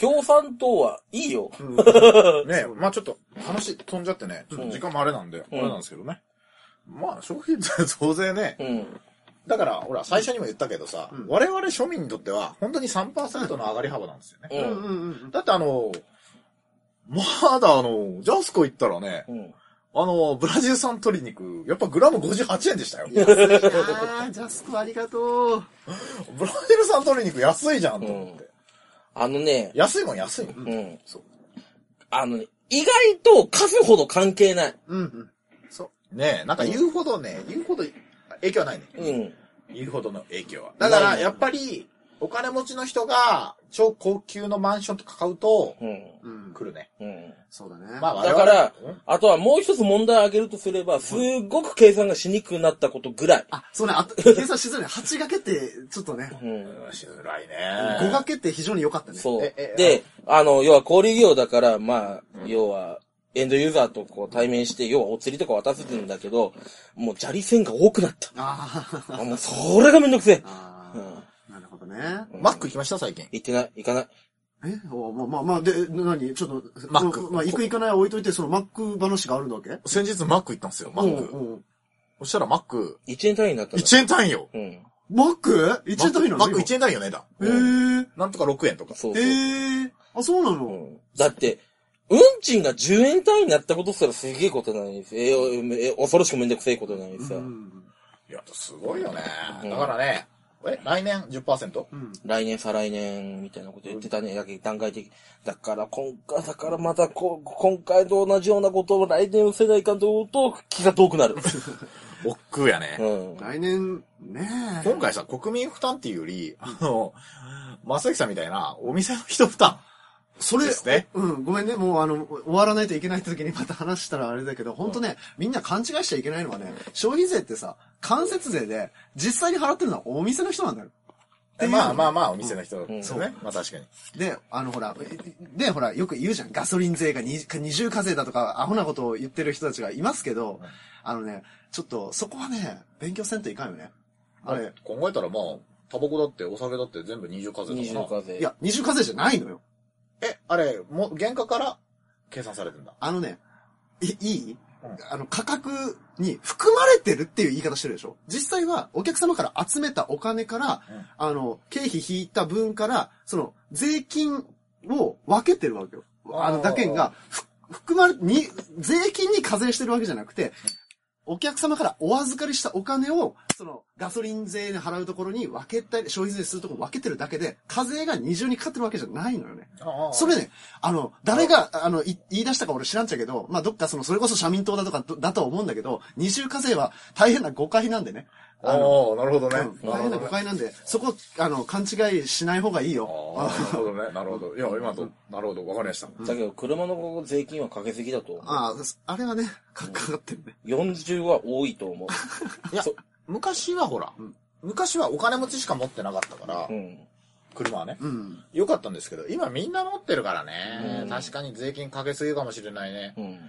[SPEAKER 2] 共産党はいいよ。
[SPEAKER 1] うん
[SPEAKER 3] う。ねまあちょっと話飛んじゃってね、ちょっと時間もあれなんで、あ
[SPEAKER 2] うん
[SPEAKER 3] れなんですけどね。まあ消費税増税ね。
[SPEAKER 2] うん。
[SPEAKER 3] だから、ほら、最初にも言ったけどさ、
[SPEAKER 1] うん
[SPEAKER 3] 我々庶民にとっては、本当に3%の上がり幅なんですよね。
[SPEAKER 2] う
[SPEAKER 1] う
[SPEAKER 2] ん。
[SPEAKER 1] んうんうん。
[SPEAKER 3] だってあの、まだあの、ジャスコ行ったらね、
[SPEAKER 2] うん。
[SPEAKER 3] あの、ブラジル産鶏肉、やっぱグラム58円でしたよ。ブラジ
[SPEAKER 1] あー、ジャスコありがとう。
[SPEAKER 3] ル産鶏肉安いじゃんと思って。
[SPEAKER 2] あのね、
[SPEAKER 3] 安いもん安いもん。
[SPEAKER 2] うん。
[SPEAKER 3] そう
[SPEAKER 2] あのね、意外と数ほど関係ない。
[SPEAKER 1] うんうん。
[SPEAKER 3] そう。ねえ、なんか言うほどね、言うほど影響はないね。
[SPEAKER 2] うん。
[SPEAKER 3] 言うほどの影響は。だから、
[SPEAKER 2] ない
[SPEAKER 3] やっぱり、お金持ちの人が、超高級のマンションとか買うと、
[SPEAKER 2] うん。
[SPEAKER 1] うん。
[SPEAKER 3] 来るね。
[SPEAKER 2] うん。
[SPEAKER 1] そうだね。
[SPEAKER 3] まあ、
[SPEAKER 2] だ
[SPEAKER 3] 我
[SPEAKER 2] から
[SPEAKER 3] 々は、
[SPEAKER 2] あとはもう一つ問題を挙げるとすれば、すっごく計算がしにくくなったことぐらい。
[SPEAKER 1] あ、そうね、あと、計算しづらい。8掛けって、ちょっとね、
[SPEAKER 2] うん。
[SPEAKER 3] うんしづらいね。
[SPEAKER 1] 5掛けって非常に良かったね。
[SPEAKER 2] そう
[SPEAKER 3] ええ。
[SPEAKER 2] で、あの、要は小売業だから、まあ、要は、エンドユーザーとこう対面して、要はお釣りとか渡すんだけど、もう砂利線が多くな った。
[SPEAKER 1] あー
[SPEAKER 2] あもうそれがめんどくせえ。
[SPEAKER 1] あ
[SPEAKER 2] うん
[SPEAKER 1] ー、なるほどね。
[SPEAKER 3] マック行きました最近。
[SPEAKER 2] 行ってない、行かない。
[SPEAKER 1] えおまあまあまあ、で、何ちょっと、
[SPEAKER 3] マック
[SPEAKER 1] まあ、行く行かないは置いといて、そのマック話があるわけ
[SPEAKER 3] 先日マック行ったんですよ、マッ
[SPEAKER 1] う
[SPEAKER 3] ク。
[SPEAKER 1] んうん
[SPEAKER 3] そしたらマック、
[SPEAKER 2] 1円単位になったんだ
[SPEAKER 3] 1円単位よ。
[SPEAKER 2] うん。
[SPEAKER 1] マック ?1 円単位なの
[SPEAKER 3] マック1円単位よね、だ。
[SPEAKER 1] えー、
[SPEAKER 3] なんとか6円とか。
[SPEAKER 2] そう
[SPEAKER 1] え
[SPEAKER 2] そう。
[SPEAKER 1] ー、あ、そうなの、
[SPEAKER 2] うんだって、運賃が10円単位になったことすらすげえことなのに、えええ恐ろしくめんどくせえことなのにさ、
[SPEAKER 1] うん
[SPEAKER 3] いや、すごいよね。
[SPEAKER 2] うん
[SPEAKER 3] だからね、え、来年 10%?
[SPEAKER 1] うん。
[SPEAKER 2] 来年再来年みたいなこと言ってたね、だけど段階的。だから今回、だからまたこ今回と同じようなことを来年せないかんと思うと気が遠くな る。
[SPEAKER 3] 億劫やね
[SPEAKER 2] う。ん。
[SPEAKER 1] 来年、ねえ。
[SPEAKER 3] 今回さ、国民負担っていうより、あの、正幸さんみたいな、お店の人負担。
[SPEAKER 1] それ、
[SPEAKER 3] ですね
[SPEAKER 1] うん、ごめんね、もうあの、終わらないといけないって時にまた話したらあれだけど、本当ね、みんな勘違いしちゃいけないのはね、消費税ってさ、間接税で、実際に払ってるのはお店の人なんだよ。っていう
[SPEAKER 3] まあまあまあ、お店の人ですよね。まあ確かに。
[SPEAKER 1] で、あのほら、で、ほら、よく言うじゃん、ガソリン税が二二重課税だとか、アホなことを言ってる人たちがいますけど、あのね、ちょっと、そこはね、勉強せんといかんよね。あれ、
[SPEAKER 3] 考えたらまあ、タバコだってお酒だって全部二重課税
[SPEAKER 2] 二
[SPEAKER 3] だ
[SPEAKER 2] 重
[SPEAKER 3] からな。
[SPEAKER 2] 課税。
[SPEAKER 1] いや、二重課税じゃないのよ。
[SPEAKER 3] え、あれ、もう、原価から計算されてんだ。
[SPEAKER 1] あのね、いいい
[SPEAKER 3] うん
[SPEAKER 1] あの、価格に含まれてるっていう言い方してるでしょ実際は、お客様から集めたお金から、
[SPEAKER 3] うん
[SPEAKER 1] あの、経費引いた分から、その、税金を分けてるわけよ。あ
[SPEAKER 3] あ
[SPEAKER 1] の、
[SPEAKER 3] ー
[SPEAKER 1] だけが、ふ含まれ、に、税金に課税してるわけじゃなくて、お客様からお預かりしたお金を、その、ガソリン税で払うところに分けたり、消費税するところに分けてるだけで、課税が二重にかかってるわけじゃないのよね。それね、あの、誰が、あの、い言い出したか俺知らんちゃうけど、まあ、どっかその、それこそ社民党だとか、どだと思うんだけど、二重課税は大変な誤解なんでね。あの、
[SPEAKER 3] ああ、なるほどね。
[SPEAKER 1] うん大変な誤解なんで、そこ、あの、勘違いしない方がいいよ。
[SPEAKER 3] ああ、なるほどね。なるほど。いや、今と、なるほど。わかりました。
[SPEAKER 2] だけど車の税金はかけすぎだと思う。
[SPEAKER 1] ああ、すあれはね、かかかってるね。
[SPEAKER 2] 40は多いと思う。
[SPEAKER 3] いや
[SPEAKER 2] そ、
[SPEAKER 3] 昔はほら、
[SPEAKER 1] ん
[SPEAKER 3] 昔はお金持ちしか持ってなかったから、
[SPEAKER 2] うん。
[SPEAKER 3] 車はね。
[SPEAKER 1] うん。
[SPEAKER 3] よかったんですけど、今みんな持ってるからね。
[SPEAKER 2] うん
[SPEAKER 3] 確かに税金かけすぎかもしれないね。
[SPEAKER 2] うん。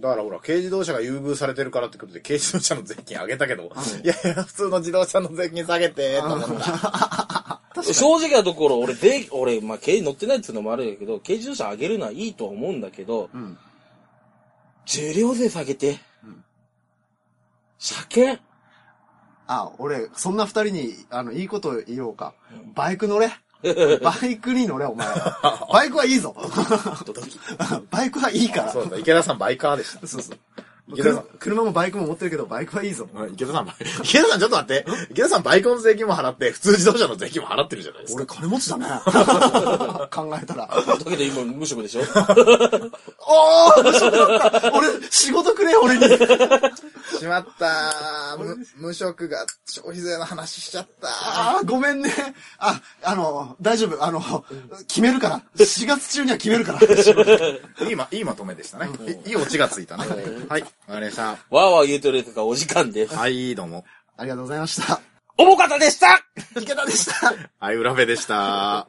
[SPEAKER 3] だからほら、軽自動車が優遇されてるからってことで、軽自動車の税金上げたけど
[SPEAKER 1] う、ん
[SPEAKER 3] いやいや、普通の自動車の税金下げて、と思った。
[SPEAKER 2] 正直なところ、俺、税、俺、まあ、軽乗ってないっていうのもあるけど、軽自動車上げるのはいいとは思うんだけど、
[SPEAKER 1] うん。
[SPEAKER 2] 重量税下げて
[SPEAKER 1] うん、
[SPEAKER 2] 車 検、
[SPEAKER 1] あ、俺、そんな二人に、あの、いいこと言おうか。バイク乗れ。バイクに乗れ、お前は。バイクはいいぞ。バイクはいいから。
[SPEAKER 3] そうだ、池田さんバイカーでした。
[SPEAKER 1] そうそう。
[SPEAKER 3] 池田さ
[SPEAKER 1] 車
[SPEAKER 3] ん。
[SPEAKER 1] 車もバイクも持ってるけど、バイクはいいぞ。
[SPEAKER 3] 池田さん、池田さんちょっと待って。池田さんバイクの税金も払って、普通自動車の税金も払ってるじゃないですか。
[SPEAKER 1] 俺金 持ちだね。考えたら。
[SPEAKER 2] だけど今無職でしょ
[SPEAKER 1] ああそうだった俺、仕事くれ、俺に。
[SPEAKER 3] しまった ーむ無職が消費税の話しちゃった
[SPEAKER 1] ああ、ごめんね。あ、あの、大丈夫。あの、決めるから。4月中には決め るから。
[SPEAKER 3] ーいいま、いいまとめでしたね。いいいオチがついたね。はい。わかりました。
[SPEAKER 2] わーわー言うてるやつがお時間です。
[SPEAKER 3] はい、どうも。
[SPEAKER 1] ありがとうございました。
[SPEAKER 2] おもかたでした
[SPEAKER 1] 池田でした。
[SPEAKER 3] はい、浦部でした。